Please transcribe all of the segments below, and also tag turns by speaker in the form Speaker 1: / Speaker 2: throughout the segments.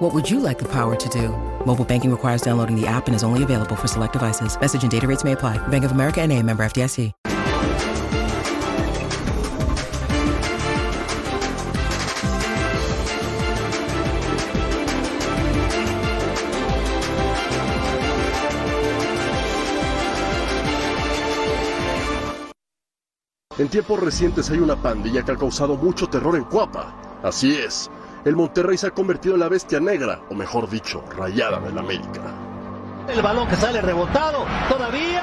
Speaker 1: What would you like the power to do? Mobile banking requires downloading the app and is only available for select devices. Message and data rates may apply. Bank of America and a member FDIC.
Speaker 2: En tiempos recientes hay una pandilla que ha causado mucho terror en Cuapa. Así es, el Monterrey se ha convertido en la bestia negra, o mejor dicho, rayada del América.
Speaker 3: El balón que sale rebotado, todavía.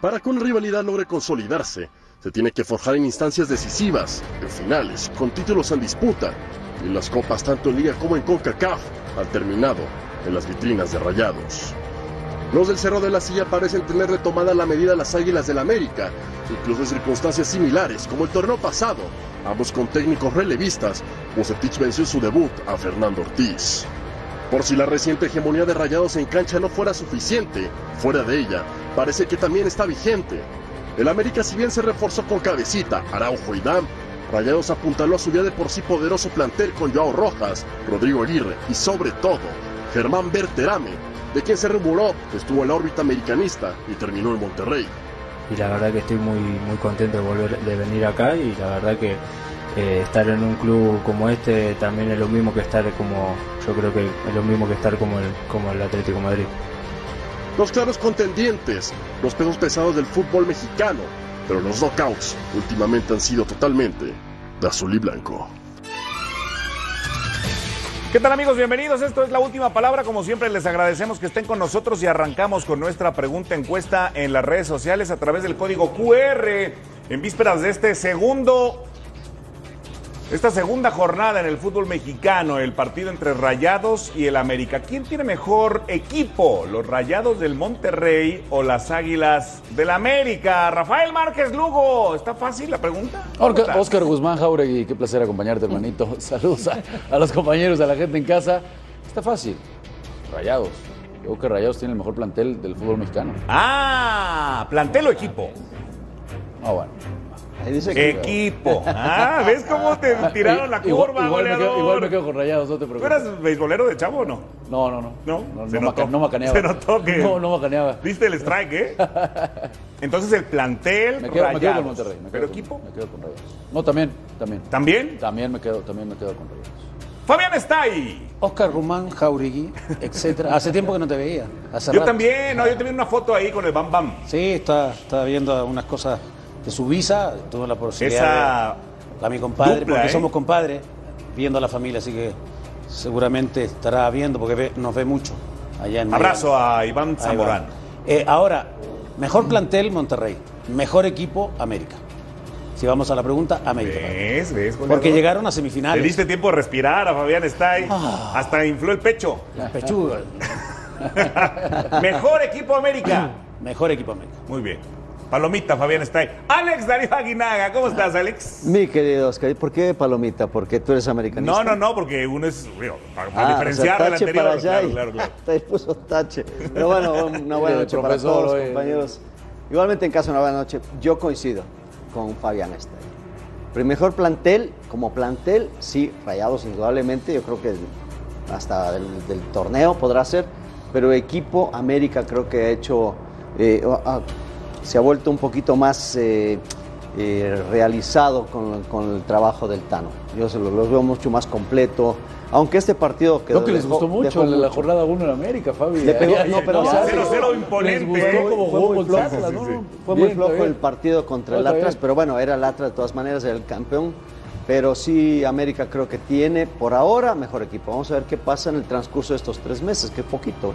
Speaker 2: Para que una rivalidad logre consolidarse, se tiene que forjar en instancias decisivas, en finales, con títulos en disputa, y las copas tanto en Liga como en CONCACAF han terminado en las vitrinas de rayados. Los del Cerro de la Silla parecen tener retomada la medida a las Águilas del América, incluso en circunstancias similares, como el torneo pasado, ambos con técnicos relevistas, Bucetich venció su debut a Fernando Ortiz. Por si la reciente hegemonía de Rayados en cancha no fuera suficiente, fuera de ella, parece que también está vigente. El América, si bien se reforzó con Cabecita, Araujo y Dam, Rayados apuntaló a su ya de por sí poderoso plantel con Joao Rojas, Rodrigo Aguirre y sobre todo Germán Berterame, de quien se rumoró que estuvo en la órbita americanista y terminó en Monterrey.
Speaker 4: y la verdad que estoy muy muy contento de volver de venir acá y la verdad que eh, estar en un club como este también es lo mismo que estar como yo creo que es lo mismo que estar como el como el Atlético de Madrid
Speaker 2: Los claros contendientes, los pesos pesados del fútbol mexicano, pero los knockouts últimamente han sido totalmente de azul y blanco.
Speaker 5: ¿Qué tal amigos? Bienvenidos. Esto es la última palabra. Como siempre les agradecemos que estén con nosotros y arrancamos con nuestra pregunta encuesta en las redes sociales a través del código QR en vísperas de este segundo esta segunda jornada en el fútbol mexicano, el partido entre Rayados y el América. ¿Quién tiene mejor equipo? ¿Los Rayados del Monterrey o las Águilas del América? Rafael Márquez Lugo, ¿está fácil la pregunta?
Speaker 6: Orca- Oscar Guzmán Jauregui, qué placer acompañarte, hermanito. Saludos a, a los compañeros, a la gente en casa. Está fácil. Rayados. Yo creo que Rayados tiene el mejor plantel del fútbol mexicano.
Speaker 5: Ah, plantel o equipo.
Speaker 6: Ah, bueno.
Speaker 3: Ahí dice que.
Speaker 5: Equipo. Ah, ¿ves cómo te tiraron la
Speaker 6: I- igual-
Speaker 5: curva,
Speaker 6: igual, me quedo,
Speaker 5: goleador?
Speaker 6: igual me quedo con Rayados, no te
Speaker 5: ¿Tú
Speaker 6: preocupes.
Speaker 5: eras beisbolero de chavo o no?
Speaker 6: No, no, no.
Speaker 5: No,
Speaker 6: no,
Speaker 5: se
Speaker 6: no
Speaker 5: notó.
Speaker 6: maca- no macaneaba.
Speaker 5: Se notó que-
Speaker 6: No, no macaneaba.
Speaker 5: ¿Viste el strike, eh? Entonces el plantel
Speaker 6: Me quedo, me quedo
Speaker 5: Rayados.
Speaker 6: con Monterrey. me quedo
Speaker 5: ¿Pero
Speaker 6: con-
Speaker 5: equipo?
Speaker 6: Me quedo con Rayados. No, también, también.
Speaker 5: ¿También?
Speaker 6: También me quedo, también me quedo con Rayados.
Speaker 5: Fabián está ahí.
Speaker 7: Oscar Rumán, Jauregui, etcétera. Hace tiempo que no te veía. Hace
Speaker 5: Yo
Speaker 7: rato.
Speaker 5: también, no, yo también una foto ahí con el Bam Bam.
Speaker 7: Sí, está, está viendo unas cosas de su visa. Tuve la posibilidad
Speaker 5: Esa
Speaker 7: de, a mi compadre,
Speaker 5: dupla,
Speaker 7: porque
Speaker 5: ¿eh?
Speaker 7: somos compadres, viendo a la familia, así que seguramente estará viendo porque ve- nos ve mucho allá en Miami.
Speaker 5: abrazo a Iván
Speaker 7: Ahí va.
Speaker 5: Zamorán.
Speaker 7: Eh, ahora, mejor plantel Monterrey, mejor equipo América. Si vamos a la pregunta, América.
Speaker 5: ¿Ves? ¿Ves? goleador?
Speaker 7: Porque llegaron a
Speaker 5: Le
Speaker 7: semifinales.
Speaker 5: diste tiempo de respirar a Fabián Stay.
Speaker 6: Ah.
Speaker 5: Hasta infló el pecho.
Speaker 7: Las pechugas.
Speaker 5: Mejor equipo América.
Speaker 7: Mejor equipo América.
Speaker 5: Muy bien. Palomita, Fabián Stay. Alex Darío Aguinaga, ¿cómo estás, Alex?
Speaker 8: Mi querido Oscar, ¿y por qué palomita? Porque tú eres
Speaker 5: No,
Speaker 8: americanista.
Speaker 5: no, no, porque uno es, digo, para, para
Speaker 8: Ah, o sea,
Speaker 5: diferenciar del
Speaker 8: tache
Speaker 5: anterior.
Speaker 8: para
Speaker 5: claro,
Speaker 8: allá y-
Speaker 5: claro, claro.
Speaker 8: Te puso tache. Pero bueno, una buena
Speaker 6: El
Speaker 8: noche para
Speaker 6: profesor eh.
Speaker 8: todos,
Speaker 6: hoy.
Speaker 8: compañeros. Igualmente en casa, una buena noche. Yo coincido con Fabián Estay. Pero mejor plantel, como plantel, sí, rayados indudablemente. Yo creo que hasta del, del torneo podrá ser. Pero equipo América creo que ha hecho. eh, ha- ha- se ha vuelto un poquito más eh, eh, realizado con, con el trabajo del Tano. Yo se lo- los, veo mucho más completo. Aunque este partido
Speaker 6: Creo
Speaker 8: quedó.
Speaker 6: que les
Speaker 8: dejó-
Speaker 6: gustó mucho
Speaker 8: dejó
Speaker 6: en la
Speaker 8: mucho.
Speaker 6: jornada 1 en América, Fabi.
Speaker 9: ¿eh?
Speaker 8: Le pegó-
Speaker 6: Ay,
Speaker 8: no,
Speaker 6: ay,
Speaker 8: pero
Speaker 6: ay,
Speaker 8: ¿sabes?
Speaker 6: les gustó
Speaker 5: 0-0 imponente, ¿eh?
Speaker 6: cómo
Speaker 8: Fue
Speaker 6: jugó
Speaker 8: muy
Speaker 6: contra
Speaker 8: flojo,
Speaker 6: Atlas,
Speaker 5: sí,
Speaker 6: ¿no?
Speaker 5: sí.
Speaker 8: Fue
Speaker 6: Bien,
Speaker 8: muy flojo
Speaker 6: Fabián.
Speaker 8: el partido contra el
Speaker 6: Está
Speaker 8: Atlas,
Speaker 6: bien.
Speaker 8: pero bueno, era el Atlas de todas maneras, era el campeón. Pero sí, América creo que tiene por ahora mejor equipo. Vamos a ver qué pasa en el transcurso de estos tres meses, que poquito.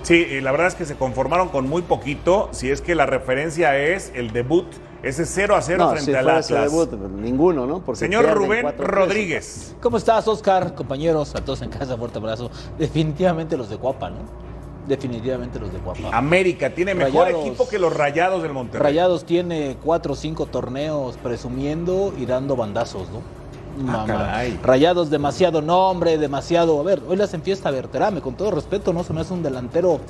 Speaker 5: Sí, y la verdad es que se conformaron con muy poquito, si es que la referencia es el debut Ese 0 a 0
Speaker 8: No,
Speaker 5: frente
Speaker 8: si
Speaker 5: al
Speaker 8: fuera ese
Speaker 5: Atlas.
Speaker 8: debut, pues, ninguno, ¿no? Porque
Speaker 5: Señor
Speaker 8: pierden
Speaker 5: Rubén
Speaker 8: 4-3.
Speaker 5: Rodríguez.
Speaker 9: ¿Cómo estás, Oscar? Compañeros, a todos en casa, fuerte abrazo. Definitivamente los de Cuapa, ¿no? Definitivamente los de Cuapa.
Speaker 5: América tiene mejor
Speaker 9: Rayados.
Speaker 5: equipo que los Rayados del Monterrey.
Speaker 9: Rayados tiene cuatro o cinco torneos presumiendo y dando bandazos, ¿no? Mamá.
Speaker 5: Ah, caray.
Speaker 9: Rayados, demasiado nombre, demasiado. A ver, hoy le hacen fiesta a Berterame, con todo respeto, ¿no? Se me hace un delantero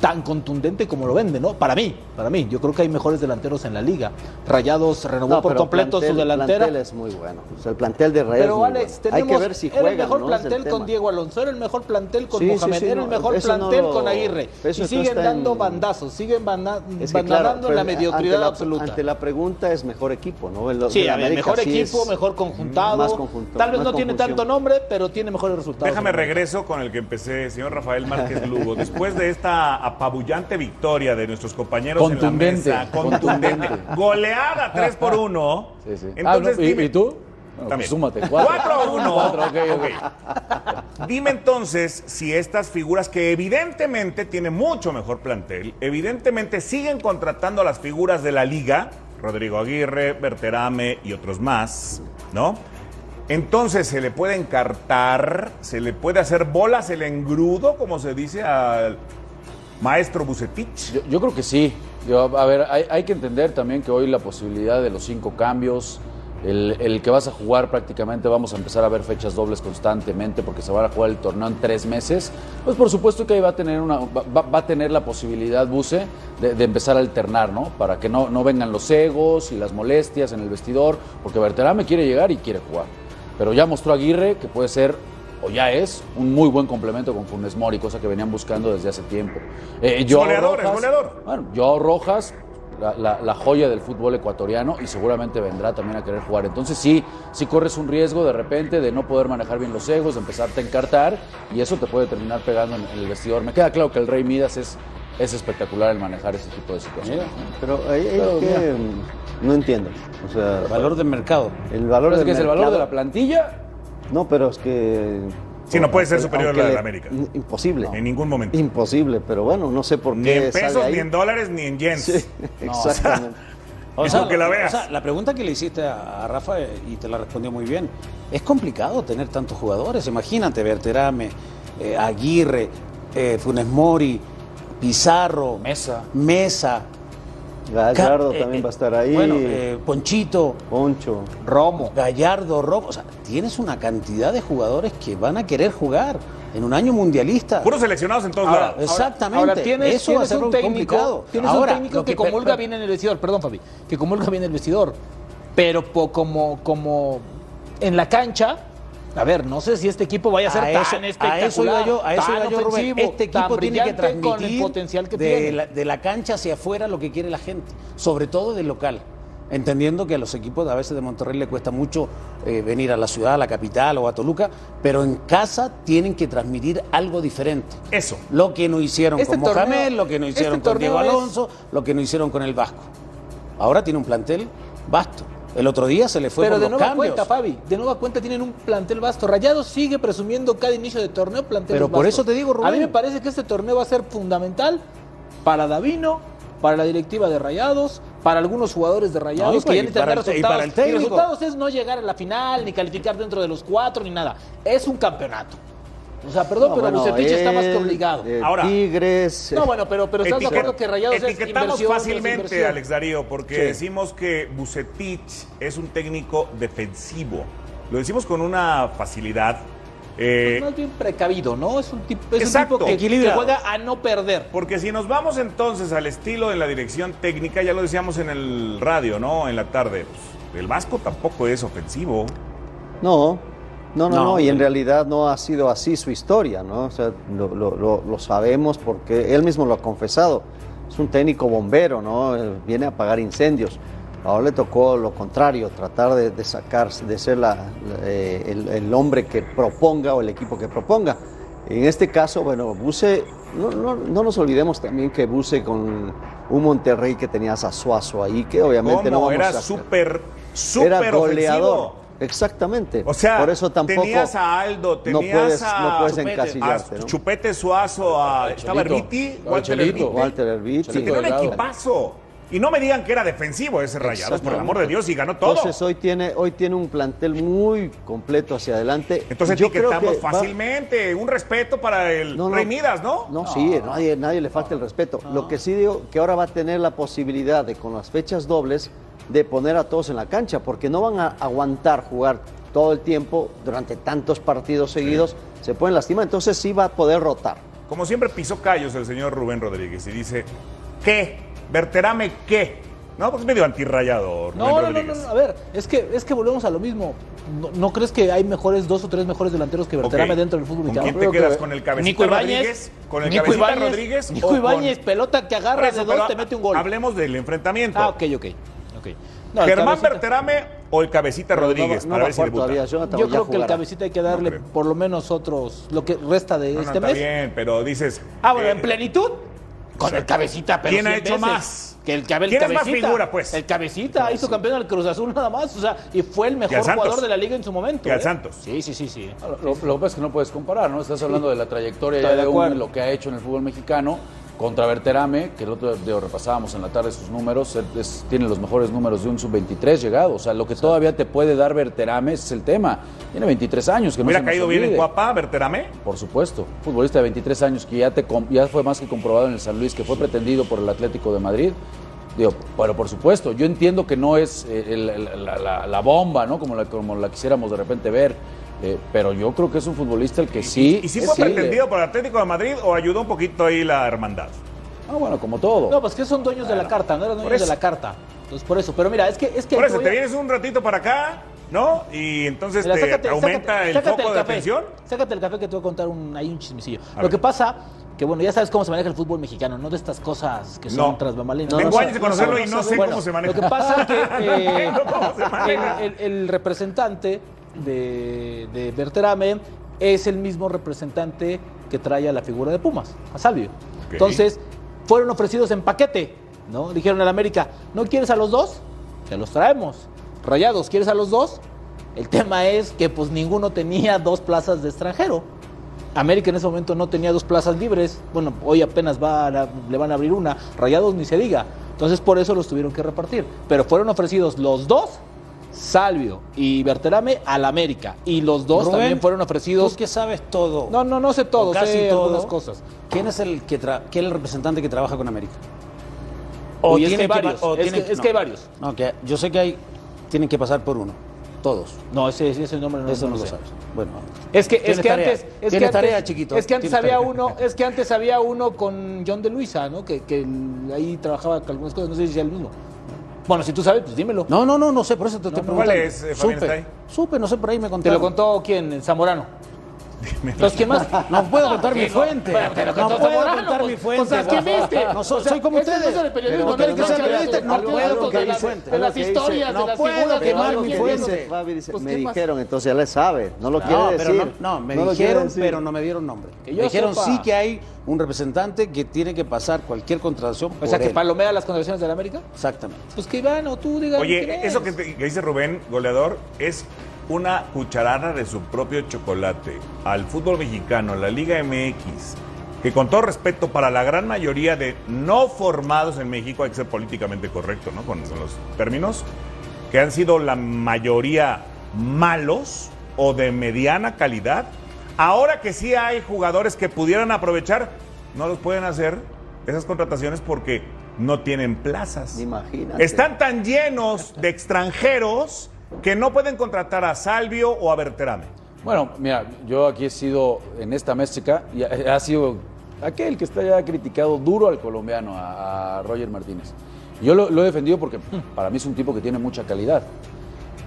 Speaker 9: tan contundente como lo vende, ¿no? Para mí, para mí. Yo creo que hay mejores delanteros en la liga. Rayados renovó
Speaker 8: No,
Speaker 9: por
Speaker 8: pero
Speaker 9: completo
Speaker 8: plantel-
Speaker 9: su delantera.
Speaker 8: plantel es muy bueno. O sea, el plantel de Rayados. es
Speaker 9: Pero
Speaker 8: muy
Speaker 9: Alex,
Speaker 8: bueno.
Speaker 9: tenemos
Speaker 8: Hay que ver si
Speaker 9: era
Speaker 8: juegan,
Speaker 9: el mejor
Speaker 8: ¿no? Es el
Speaker 9: plantel con
Speaker 8: tema.
Speaker 9: Diego Alonso, era el mejor plantel con
Speaker 8: Sí, sí,
Speaker 9: Mohamed,
Speaker 8: sí,
Speaker 9: era
Speaker 8: no,
Speaker 9: el mejor
Speaker 8: eso no
Speaker 9: plantel
Speaker 8: lo-
Speaker 9: con Aguirre.
Speaker 8: eso
Speaker 9: Y
Speaker 8: está-
Speaker 9: siguen
Speaker 8: está
Speaker 9: dando
Speaker 8: en-
Speaker 9: bandazando, siguen banda-
Speaker 8: Es que, claro,
Speaker 9: bandadando en la
Speaker 8: pero eh,
Speaker 9: mediocridad
Speaker 8: ante la-
Speaker 9: absoluta.
Speaker 8: Ante la pregunta es mejor equipo, ¿no? El-
Speaker 9: Sí,
Speaker 8: el
Speaker 9: a ver,
Speaker 8: América
Speaker 9: mejor
Speaker 8: sí es-
Speaker 9: equipo, mejor conjuntado.
Speaker 8: más conjuntado,
Speaker 9: Tal vez
Speaker 8: más
Speaker 9: no tiene
Speaker 8: conjunción.
Speaker 9: tanto nombre, pero tiene mejores resultados.
Speaker 5: Déjame regreso con el que empecé, señor Rafael Márquez Lugo. Después de esta apabullante victoria de nuestros compañeros
Speaker 6: Contundente,
Speaker 5: en la mesa, contundente,
Speaker 6: contundente.
Speaker 5: goleada 3 por 1.
Speaker 6: Sí, sí. Ah,
Speaker 5: Entonces,
Speaker 6: no, ¿y,
Speaker 5: dime,
Speaker 6: y tú? Bueno,
Speaker 5: También.
Speaker 6: pues súmate.
Speaker 5: 4 a 1.
Speaker 6: Cuatro, ok, ok.
Speaker 5: Dime entonces si estas figuras que evidentemente tienen mucho mejor plantel, evidentemente siguen contratando a las figuras de la liga, Rodrigo Aguirre, Berterame y otros más, ¿no? Entonces se le puede encartar, se le puede hacer bolas el engrudo, como se dice al maestro Bucetich.
Speaker 6: Yo, yo creo que sí. Yo, a ver, hay, hay que entender también que hoy la posibilidad de los cinco cambios, el, el que vas a jugar prácticamente, vamos a empezar a ver fechas dobles constantemente porque se van a jugar el torneo en tres meses. Pues por supuesto que ahí va a tener, una, va, va- va a tener la posibilidad, Buce, de, de empezar a alternar, ¿no? Para que no, no vengan los egos y las molestias en el vestidor, porque Berterame quiere llegar y quiere jugar. Pero ya mostró Aguirre que puede ser o ya es un muy buen complemento con Funes Mori, cosa que venían buscando desde hace tiempo. Eh, Joao
Speaker 5: goleador, es goleador.
Speaker 6: Bueno, Joao Rojas, la, la- la joya del fútbol ecuatoriano y seguramente vendrá también a querer jugar. Entonces sí, sí corres un riesgo de repente de no poder manejar bien los egos, de empezarte a encartar y eso te puede terminar pegando en, en el vestidor. Me queda claro que el Rey Midas es, es espectacular en manejar ese tipo de situaciones.
Speaker 8: Pero ahí es
Speaker 6: Pero,
Speaker 8: que,
Speaker 6: mira.
Speaker 8: mm, no entiendo. O sea,
Speaker 7: Valor de mercado.
Speaker 8: el valor
Speaker 6: Parece
Speaker 8: del
Speaker 6: que es el valor
Speaker 8: mercado-
Speaker 6: de la plantilla.
Speaker 8: No, pero es que.
Speaker 5: Sí, no puede ser superior a la
Speaker 8: aunque
Speaker 5: del
Speaker 8: le-
Speaker 5: América.
Speaker 8: n- Imposible.
Speaker 5: En ningún momento.
Speaker 8: Imposible, pero bueno, no sé por qué.
Speaker 5: Ni en
Speaker 8: sale
Speaker 5: pesos,
Speaker 8: ahí.
Speaker 5: ni en dólares, ni en yens.
Speaker 8: Sí, exactamente.
Speaker 5: Es porque la veas.
Speaker 7: o sea, la pregunta que le hiciste a, a Rafa eh, y te la respondió muy bien. Es complicado tener tantos jugadores. Imagínate, Berterame, eh, Aguirre, eh, Funes Mori, Pizarro,
Speaker 6: Mesa.
Speaker 7: Mesa
Speaker 8: Gallardo
Speaker 7: Ca-
Speaker 8: también
Speaker 7: eh,
Speaker 8: va a estar ahí.
Speaker 7: bueno, eh, Ponchito,
Speaker 8: Poncho.
Speaker 7: Romo, Gallardo, Romo. O sea, tienes una cantidad de jugadores que van a querer jugar en un año mundialista.
Speaker 5: Puros seleccionados en todos lados.
Speaker 7: Exactamente.
Speaker 9: Ahora tienes,
Speaker 7: Eso va a
Speaker 9: tienes
Speaker 7: ser
Speaker 9: un
Speaker 7: muy
Speaker 9: técnico,
Speaker 7: complicado.
Speaker 9: tienes
Speaker 7: Ahora,
Speaker 9: un técnico
Speaker 7: lo
Speaker 9: que,
Speaker 7: que pe-
Speaker 9: comulga
Speaker 7: pe-
Speaker 9: bien en el vestidor, perdón Fabi, que comulga bien en el vestidor, pero po- como, como en la cancha, a ver, no sé si este equipo vaya a ser
Speaker 7: eso-
Speaker 9: tan espectacular,
Speaker 7: a eso iba yo, a eso
Speaker 9: tan
Speaker 7: iba yo, Rubén.
Speaker 9: ofensivo,
Speaker 7: Este equipo
Speaker 9: tan
Speaker 7: tiene que
Speaker 9: brillante
Speaker 7: transmitir
Speaker 9: con el potencial que
Speaker 7: de,
Speaker 9: tiene.
Speaker 7: La, de la cancha hacia afuera lo que quiere la gente, sobre todo del local. Entendiendo que a los equipos a veces de Monterrey le cuesta mucho eh, venir a la ciudad, a la capital o a Toluca, pero en casa tienen que transmitir algo diferente.
Speaker 5: Eso.
Speaker 7: Lo que no hicieron
Speaker 9: Este
Speaker 7: con Mohamed,
Speaker 9: torneo-
Speaker 7: lo que no
Speaker 9: este
Speaker 7: hicieron con
Speaker 9: torneo
Speaker 7: Diego
Speaker 9: es-
Speaker 7: Alonso, lo que no hicieron con el Vasco. Ahora tiene un plantel vasto. El otro día se le fue
Speaker 9: Pero
Speaker 7: por
Speaker 9: de
Speaker 7: los
Speaker 9: nueva
Speaker 7: cambios.
Speaker 9: cuenta, Fabi, de nueva cuenta tienen un plantel vasto. Rayados sigue presumiendo cada inicio de torneo plantel
Speaker 7: Pero por eso te digo, Rubén.
Speaker 9: A mí me parece que este torneo va a ser fundamental para Davino, para la directiva de Rayados, para algunos jugadores de Rayados
Speaker 7: No, y
Speaker 9: que ya
Speaker 7: para-
Speaker 9: ni
Speaker 7: y para el-
Speaker 9: tendrán
Speaker 7: y
Speaker 9: resultados.
Speaker 7: para el técnico.
Speaker 9: resultados es no llegar a la final, ni calificar dentro de los cuatro, ni nada. Es un campeonato. O sea, perdón,
Speaker 8: No,
Speaker 9: pero
Speaker 8: bueno,
Speaker 9: Bucetich está más que
Speaker 8: él,
Speaker 9: obligado.
Speaker 8: eh,
Speaker 5: Ahora.
Speaker 8: Tigres.
Speaker 9: no, Ah, bueno, pero, pero estás de
Speaker 5: Etiquet-
Speaker 9: acuerdo que Rayados es
Speaker 5: Etiquetamos
Speaker 9: inversión tras
Speaker 5: fácilmente,
Speaker 9: inversión?
Speaker 5: Alex Darío, porque decimos que Bucetich es un técnico defensivo. Lo decimos con una facilidad. eh,
Speaker 9: Más bien precavido, ¿no? Es un tipo, es un
Speaker 5: Exacto.
Speaker 9: tipo que- que
Speaker 5: Equilibrado.
Speaker 9: juega a no perder.
Speaker 5: porque si nos vamos entonces al estilo de la dirección técnica, ya lo decíamos en el radio, ¿no? En la tarde. pues, el Vasco tampoco es ofensivo.
Speaker 8: No, no, no,
Speaker 7: No,
Speaker 8: no, y en
Speaker 7: hombre.
Speaker 8: realidad no ha sido así su historia, ¿no? O sea, lo, lo- lo- lo sabemos porque él mismo lo ha confesado. Es un técnico bombero, ¿no? Eh, Viene a apagar incendios. Ahora le tocó lo contrario, tratar de, de sacar, de ser la- la- eh, el, el hombre que proponga o el equipo que proponga. En este caso, bueno, Buse, no, no- no nos olvidemos también que Buse con un Monterrey que tenía a Suazo ahí, que obviamente no
Speaker 5: ¿Cómo?
Speaker 8: vamos
Speaker 5: Era
Speaker 8: a-
Speaker 5: súper, súper
Speaker 8: era
Speaker 5: ofensivo.
Speaker 8: goleador. Exactamente.
Speaker 5: O sea,
Speaker 8: por eso tampoco
Speaker 5: tenías a Aldo, tenías
Speaker 8: no puedes,
Speaker 5: a,
Speaker 8: no puedes
Speaker 5: Chupete,
Speaker 8: encasillarte,
Speaker 5: a
Speaker 8: ¿no?
Speaker 5: Chupete Suazo, a, estaba
Speaker 6: Chelito.
Speaker 5: Erviti,
Speaker 6: Claro,
Speaker 5: Walter
Speaker 6: Chelito.
Speaker 5: Erviti.
Speaker 8: Walter Erviti.
Speaker 5: O sea, tenía un
Speaker 6: Delgado.
Speaker 5: equipazo. Y no me digan que era defensivo ese Rayados, por el amor de Dios, y ganó todo.
Speaker 9: Pues
Speaker 8: Entonces hoy tiene, hoy tiene un plantel muy completo hacia adelante.
Speaker 5: Entonces
Speaker 8: Yo creo
Speaker 5: etiquetamos
Speaker 8: que va-
Speaker 5: fácilmente. Un respeto para el
Speaker 8: No, no.
Speaker 5: Rey Midas, ¿no?
Speaker 8: No, sí, nadie, nadie le falta el respeto. Lo que sí digo que ahora va a tener la posibilidad de con las fechas dobles de poner a todos en la cancha, porque no van a aguantar jugar todo el tiempo durante tantos partidos seguidos, se pueden lastimar, entonces sí va a poder rotar.
Speaker 5: Como siempre pisó callos el señor Rubén Rodríguez y dice, ¿qué? ¿Verterame qué? No, pues es medio antirrayador. Rubén
Speaker 9: No, no, no, no,
Speaker 5: Rodríguez.
Speaker 9: no, a ver, es que, es que volvemos a lo mismo. ¿No, no crees que hay mejores, dos o tres mejores delanteros que Verterame
Speaker 5: Ok.
Speaker 9: dentro del
Speaker 5: ¿Con
Speaker 9: fútbol mexicano?
Speaker 5: quién te
Speaker 9: Creo
Speaker 5: quedas?
Speaker 9: que-
Speaker 5: ¿Con el cabecita
Speaker 9: Nico Ibáñez,
Speaker 5: Rodríguez? ¿Con el
Speaker 9: Nico
Speaker 5: cabecita
Speaker 9: Ibáñez,
Speaker 5: Rodríguez?
Speaker 9: Nico
Speaker 5: o con-
Speaker 9: Ibáñez, pelota que
Speaker 5: Por
Speaker 9: agarra
Speaker 5: eso,
Speaker 9: de dos,
Speaker 5: pero
Speaker 9: te mete un gol.
Speaker 5: Hablemos del enfrentamiento.
Speaker 9: Ah, ok, ok. okay. No, el
Speaker 5: ¿Germán
Speaker 9: cabecita-
Speaker 5: Berterame o el cabecita Rodríguez?
Speaker 8: no, va- no
Speaker 5: para
Speaker 8: va
Speaker 5: ver
Speaker 8: a
Speaker 5: si
Speaker 8: jugar
Speaker 5: debuta.
Speaker 8: todavía, Jonathan
Speaker 9: Yo
Speaker 8: ya
Speaker 9: creo que el
Speaker 8: jugará.
Speaker 9: cabecita hay que darle
Speaker 5: creo.
Speaker 9: por lo menos otros, lo que resta de
Speaker 5: No, no,
Speaker 9: este
Speaker 5: está
Speaker 9: mes.
Speaker 5: bien, pero dices...
Speaker 9: Ah, bueno,
Speaker 5: eh,
Speaker 9: en plenitud. Con el cabecita, pero
Speaker 5: ¿Quién ha
Speaker 9: 100
Speaker 5: hecho
Speaker 9: veces.
Speaker 5: más?
Speaker 9: Que el, cabe- el
Speaker 5: ¿Quién es más
Speaker 9: cabecita.
Speaker 5: figura, pues?
Speaker 9: El cabecita hizo campeón al Cruz Azul nada más, o sea, y fue el mejor
Speaker 5: Santos.
Speaker 9: jugador de la liga en su momento.
Speaker 5: Y al
Speaker 9: ¿eh?
Speaker 5: Santos.
Speaker 9: Sí, sí, sí, sí.
Speaker 6: Lo, lo que pasa es que no puedes comparar, ¿no? Estás hablando de la trayectoria
Speaker 9: Estoy
Speaker 6: ya
Speaker 9: de
Speaker 6: de uno
Speaker 9: acuerdo.
Speaker 6: y lo que ha hecho en el fútbol mexicano contra Berterame, que el otro día repasábamos en la tarde sus números, él es- tiene los mejores números de un sub-23 llegado. O sea, lo que todavía te puede dar Berterame ese es el tema. Tiene 23 años, que no
Speaker 5: ¿Hubiera
Speaker 6: se nos
Speaker 5: caído bien en
Speaker 6: olvide.
Speaker 5: Cuapa, Berterame?
Speaker 6: Por supuesto, futbolista de 23 años que ya, te com- ya fue más que comprobado en el San Luis, que fue pretendido por el Atlético de Madrid. Digo, pero por supuesto, yo entiendo que no es eh, el- el- la, la- la bomba, ¿no? Como la, como la quisiéramos de repente ver, eh, pero yo creo que es un futbolista el que sí.
Speaker 5: ¿Y, si
Speaker 6: es
Speaker 5: fue
Speaker 6: sí,
Speaker 5: pretendido
Speaker 6: eh,
Speaker 5: por el Atlético de Madrid o ayudó un poquito ahí la hermandad?
Speaker 6: ah, bueno, como todo.
Speaker 9: No, pues que son dueños de la carta, no eran dueños
Speaker 5: eso.
Speaker 9: de la carta. Entonces, por eso. Pero mira, es que. Es que
Speaker 5: Por
Speaker 9: ahí
Speaker 5: eso,
Speaker 9: voy
Speaker 5: te
Speaker 9: a-
Speaker 5: vienes un ratito para acá, ¿no? Y entonces
Speaker 9: Mira,
Speaker 5: te
Speaker 9: sácate-
Speaker 5: aumenta
Speaker 9: sácate-
Speaker 5: el
Speaker 9: sácate
Speaker 5: foco de
Speaker 9: café.
Speaker 5: atención.
Speaker 9: Sácate el café que te voy a contar un, ahí un chismecillo.
Speaker 5: A
Speaker 9: Lo
Speaker 5: ver.
Speaker 9: que pasa, que bueno, ya sabes cómo se maneja el fútbol mexicano, no de estas cosas que son
Speaker 5: No.
Speaker 9: tras bambalinas.
Speaker 5: Tengo
Speaker 9: No,
Speaker 5: años de conocerlo y no sé
Speaker 9: bueno,
Speaker 5: cómo se maneja.
Speaker 9: Lo que pasa que eh,
Speaker 5: No sé cómo se maneja.
Speaker 9: el, el- el representante de, de Berterame es el mismo representante que trae a la figura de Pumas, a Salvio.
Speaker 5: Ok.
Speaker 9: Entonces, fueron ofrecidos en paquete, ¿no? Dijeron al América, ¿no quieres a los dos? Te los traemos. Rayados, ¿quieres a los dos? El tema es que pues ninguno tenía dos plazas de extranjero. América en ese momento no tenía dos plazas libres. Bueno, hoy apenas va a la- le van a abrir una. Rayados ni se diga. Entonces por eso los tuvieron que repartir. Pero fueron ofrecidos los dos, Salvio y Berterame, al América. Y los dos
Speaker 7: Rubén,
Speaker 9: también fueron
Speaker 7: Tú
Speaker 9: ofrecidos.
Speaker 7: que sabes todo.
Speaker 9: No, no, no sé
Speaker 7: o
Speaker 9: todo,
Speaker 7: casi
Speaker 9: sé
Speaker 7: todo.
Speaker 9: algunas cosas.
Speaker 7: ¿Quién es el que tra- quién es el representante que trabaja con América?
Speaker 9: Uy, es que hay varios,
Speaker 7: o
Speaker 9: es
Speaker 7: tienen-
Speaker 9: que- es que hay varios.
Speaker 7: No, que yo sé que hay tienen que pasar por uno, todos.
Speaker 9: No, ese, ese nombre no,
Speaker 7: Eso
Speaker 9: no
Speaker 7: no,
Speaker 9: lo
Speaker 7: lo
Speaker 9: sé.
Speaker 7: sabes. Bueno,
Speaker 9: Es que, es
Speaker 7: Tienes
Speaker 9: que
Speaker 7: tarea.
Speaker 9: antes, es que
Speaker 7: Tienes
Speaker 9: antes,
Speaker 7: tarea, chiquito.
Speaker 9: es que antes
Speaker 7: Tienes
Speaker 9: había
Speaker 7: tarea.
Speaker 9: uno, es que antes había uno con John de Luisa, ¿no? Que, que el- ahí trabajaba con algunas cosas, no sé si sea el mismo. Bueno, si tú sabes, pues dímelo.
Speaker 7: no, no, no, no sé, por eso te estoy
Speaker 5: no.
Speaker 7: preguntando.
Speaker 5: ¿Cuál es, eh, Fabián,
Speaker 7: Supe,
Speaker 5: está
Speaker 7: supe, no sé, por ahí me
Speaker 9: ¿Te
Speaker 7: contaron.
Speaker 9: lo contó quién? El Zamorano. Entonces, ¿quién más?
Speaker 7: No puedo contar mi
Speaker 9: Sí, no.
Speaker 7: fuente.
Speaker 9: Bueno, te lo
Speaker 7: no
Speaker 9: contó
Speaker 7: puedo
Speaker 9: Zamorano,
Speaker 7: contar
Speaker 9: pues.
Speaker 7: mi fuente.
Speaker 9: O sea, ¿qué viste?
Speaker 5: Este,
Speaker 7: No, so-
Speaker 9: O sea,
Speaker 7: soy como
Speaker 9: ese no es
Speaker 7: ustedes.
Speaker 9: el periodismo,
Speaker 7: Pero
Speaker 9: no el
Speaker 7: que
Speaker 9: que
Speaker 7: sea
Speaker 9: sea periodista.
Speaker 7: No
Speaker 9: Algo- algo
Speaker 7: puedo
Speaker 9: que
Speaker 7: contar mi
Speaker 9: dice-
Speaker 7: fuente.
Speaker 9: de las
Speaker 8: Es lo que
Speaker 9: historias,
Speaker 8: dice.
Speaker 9: de
Speaker 7: No
Speaker 9: las
Speaker 7: puedo
Speaker 9: figuras que
Speaker 7: quemar
Speaker 9: más
Speaker 7: mi
Speaker 9: quién
Speaker 7: fuente.
Speaker 9: dice.
Speaker 8: Fabi dice,
Speaker 9: Pues,
Speaker 8: me
Speaker 9: ¿qué más?
Speaker 8: dijeron, entonces ya le sabe, no lo
Speaker 7: No,
Speaker 8: quiere
Speaker 7: pero
Speaker 8: decir.
Speaker 7: no, no, me
Speaker 8: No lo quiere
Speaker 7: dijeron,
Speaker 8: decir.
Speaker 7: pero no me dieron nombre.
Speaker 9: Que yo
Speaker 7: me dijeron
Speaker 9: sepa.
Speaker 7: sí que hay un representante que tiene que pasar cualquier contratación.
Speaker 9: O
Speaker 7: por
Speaker 9: sea, que
Speaker 7: él.
Speaker 9: palomea las contrataciones de la América.
Speaker 7: Exactamente.
Speaker 9: Pues que Iván o tú digas. quién
Speaker 5: Oye, eso
Speaker 9: es.
Speaker 5: que, te- que dice Rubén, goleador, es una cucharada de su propio chocolate al fútbol mexicano, a la Liga MX, que con todo respeto para la gran mayoría de no formados en México, hay que ser políticamente correcto, ¿no? Con, con los términos, que han sido la mayoría malos o de mediana calidad. Ahora que sí hay jugadores que pudieran aprovechar, no los pueden hacer esas contrataciones porque no tienen plazas.
Speaker 8: Imagínate.
Speaker 5: Están tan llenos de extranjeros que no pueden contratar a Salvio o a Berterame.
Speaker 6: Bueno, mira, yo aquí he sido en esta mesa y ha ha sido aquel que está ya criticado duro al colombiano, a, a Roger Martínez. Yo lo, lo he defendido porque para mí es un tipo que tiene mucha calidad.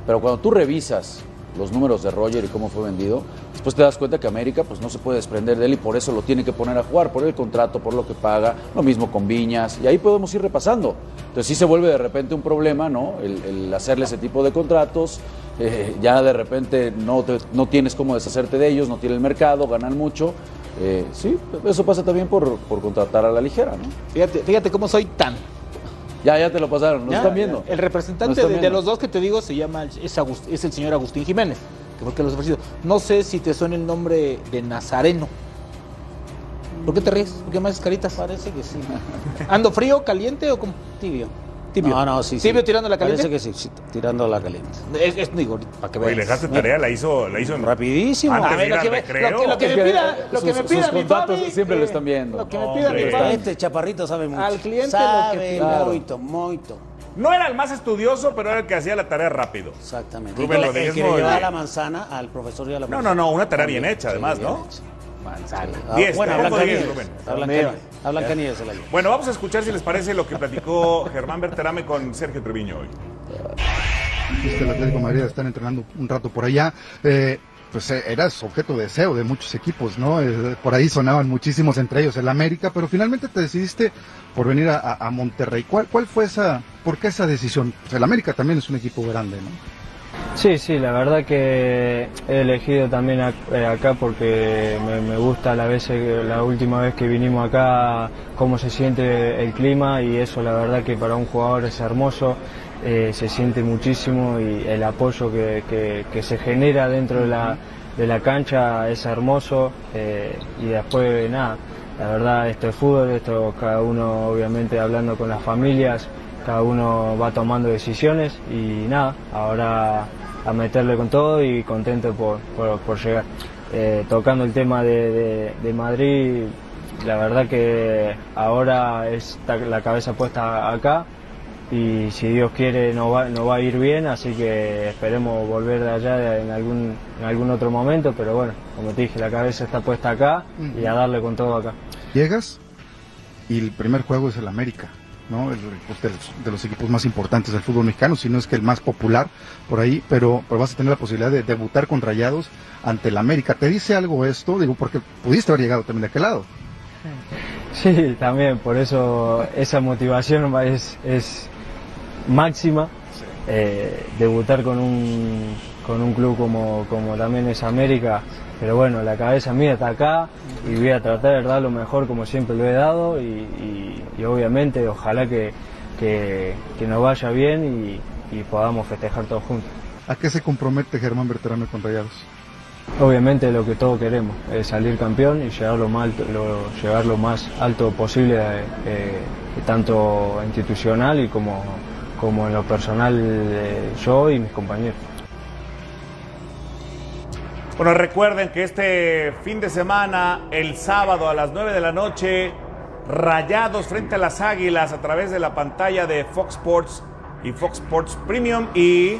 Speaker 6: Pero cuando tú revisas los números de Roger y cómo fue vendido, después te das cuenta que América pues, no se puede desprender de él y por eso lo tiene que poner a jugar, por el contrato, por lo que paga, lo mismo con Viñas, y ahí podemos ir repasando. Entonces sí se vuelve de repente un problema, ¿no? El, el hacerle ese tipo de contratos, eh, ya de repente no, te- no tienes cómo deshacerte de ellos, no tiene el mercado, ganan mucho. Eh, sí, eso pasa también por, por contratar a la ligera, ¿no?
Speaker 9: Fíjate, fíjate cómo soy tan.
Speaker 6: Ya, ya te lo pasaron, nos
Speaker 9: Ya,
Speaker 6: están viendo.
Speaker 9: El
Speaker 6: Nos
Speaker 9: representante
Speaker 6: están
Speaker 9: de, de
Speaker 6: viendo.
Speaker 9: los dos que te digo se llama es, Agus- es el señor Agustín Jiménez, que fue el que los ofreció. No sé si te suena el nombre de Nazareno. ¿Por qué te ríes? ¿Por qué me haces caritas? Parece que sí. ¿Ando frío, caliente o como?
Speaker 7: Tibio.
Speaker 9: Tibio.
Speaker 7: No, no, sí.
Speaker 9: Tibio
Speaker 7: sí.
Speaker 9: tirando la caliente.
Speaker 7: Parece que sí, sí, tirando la caliente.
Speaker 9: Es, es- digo, para que
Speaker 5: Oye,
Speaker 9: veas.
Speaker 5: le dejaste tarea, la hizo, la hizo en-
Speaker 7: Rapidísimo.
Speaker 5: Antes
Speaker 9: A
Speaker 5: de
Speaker 9: ver,
Speaker 5: ir
Speaker 9: lo
Speaker 5: al
Speaker 9: que, me,
Speaker 5: recreo.
Speaker 9: lo que- lo que me pida, lo que
Speaker 6: Sus-
Speaker 9: me pida
Speaker 6: sus
Speaker 9: mi
Speaker 6: contratos
Speaker 9: Fabi,
Speaker 6: siempre lo
Speaker 9: eh,
Speaker 6: están viendo.
Speaker 9: Lo que me pida mi
Speaker 5: Hombre.
Speaker 9: Fabi.
Speaker 7: Este chaparrito sabe mucho.
Speaker 9: Al cliente lo
Speaker 7: sabe
Speaker 9: que
Speaker 6: pida.
Speaker 7: moito, moito.
Speaker 5: No era el más estudioso, pero era el que hacía la tarea rápido.
Speaker 7: Exactamente.
Speaker 5: Rubén
Speaker 7: Y
Speaker 5: Rodríguez,
Speaker 7: el que le
Speaker 5: muy
Speaker 7: llevaba
Speaker 5: bien.
Speaker 7: la manzana al profesor y a la
Speaker 5: No, no, no, una tarea bien hecha, además, ¿no?
Speaker 7: Manzana.
Speaker 9: Ah,
Speaker 5: Diez,
Speaker 7: bueno, a
Speaker 5: tampoco
Speaker 7: Blanca
Speaker 5: diez,
Speaker 7: Nieves.
Speaker 5: Rubén.
Speaker 7: A Blanca
Speaker 8: Medio.
Speaker 7: Nieves. A Blanca Nieves se la lleva.
Speaker 5: este, Bueno, vamos a escuchar si les parece lo que platicó Germán Berterame con Sergio Treviño hoy.
Speaker 10: Viste, el Atlético de Madrid están entrenando un rato por allá. Eh, pues eh, eras objeto de deseo de muchos equipos, ¿no? Eh, por ahí sonaban muchísimos, entre ellos el América, pero finalmente te decidiste por venir a, a- a Monterrey. ¿Cuál, ¿Cuál fue esa, por qué esa decisión? Pues el América también es un equipo grande, ¿no?
Speaker 4: Sí, sí, la verdad que he elegido también ac- eh, acá porque me, me gusta la, vez, eh, la última vez que vinimos acá cómo se siente el clima y eso la verdad que para un jugador es hermoso, eh, se siente muchísimo y el apoyo que, que- que se genera dentro de la, de la cancha es hermoso eh, y después nada, la verdad esto es fútbol, esto cada uno obviamente hablando con las familias, cada uno va tomando decisiones y nada, ahora a meterle con todo y contento por, por- por llegar. Eh, tocando el tema de, de- de Madrid, la verdad que ahora está la cabeza puesta acá y si Dios quiere nos va, nos va a ir bien, así que esperemos volver de allá de- en, algún, en algún otro momento, pero bueno, como te dije, la cabeza está puesta acá y a darle con todo acá.
Speaker 10: Llegas y el primer juego es el América, ¿no? El, pues, de, los, de los equipos más importantes del fútbol mexicano, si no es que el más popular por ahí, pero, pero vas a tener la posibilidad de debutar con Rayados ante el América. ¿Te dice algo esto? Digo, porque pudiste haber llegado también de aquel lado.
Speaker 4: Sí, también, por eso esa motivación va- es, es máxima. Eh, debutar con un, con un club como, como también es América, pero bueno, la cabeza mía está acá y voy a tratar de dar lo mejor como siempre lo he dado y, y- y obviamente ojalá que, que, que nos vaya bien y- y podamos festejar todos juntos.
Speaker 10: ¿A qué se compromete Germán Berterame con Rayados?
Speaker 4: Obviamente lo que todos queremos es salir campeón y llegar lo más alto, lo- llegar lo más alto posible, eh, tanto institucional y como, como en lo personal eh, yo y mis compañeros.
Speaker 5: Bueno, recuerden que este fin de semana, el sábado a las 9 de la noche, rayados frente a las águilas a través de la pantalla de Fox Sports y Fox Sports Premium y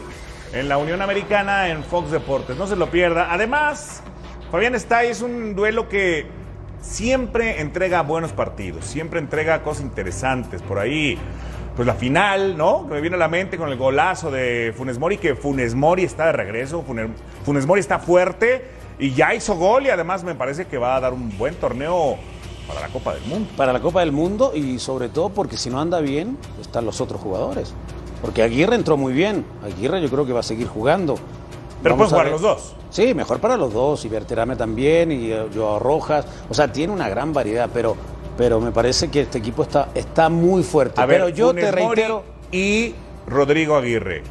Speaker 5: en la Unión Americana en Fox Deportes. No se lo pierda. Además, Fabián está es un duelo que siempre entrega buenos partidos, siempre entrega cosas interesantes por ahí. Pues la final, ¿no? Que me viene a la mente con el golazo de Funes Mori, que Funes Mori está de regreso, Funer- Funes Mori está fuerte y ya hizo gol y además me parece que va a dar un buen torneo para la Copa del Mundo.
Speaker 7: Para la Copa del Mundo y sobre todo porque si no anda bien, están los otros jugadores. Porque Aguirre entró muy bien. Aguirre yo creo que va a seguir jugando.
Speaker 5: Pero pueden
Speaker 7: Vamos
Speaker 5: jugar
Speaker 7: a ver.
Speaker 5: los dos.
Speaker 7: Sí, mejor para los dos. Y Berterame también, y eh, Joao Rojas. O sea, tiene una gran variedad, pero, pero me parece que este equipo está, está muy fuerte.
Speaker 5: A ver,
Speaker 7: pero yo te
Speaker 5: Funes Mori
Speaker 7: reitero,
Speaker 5: y Rodrigo Aguirre.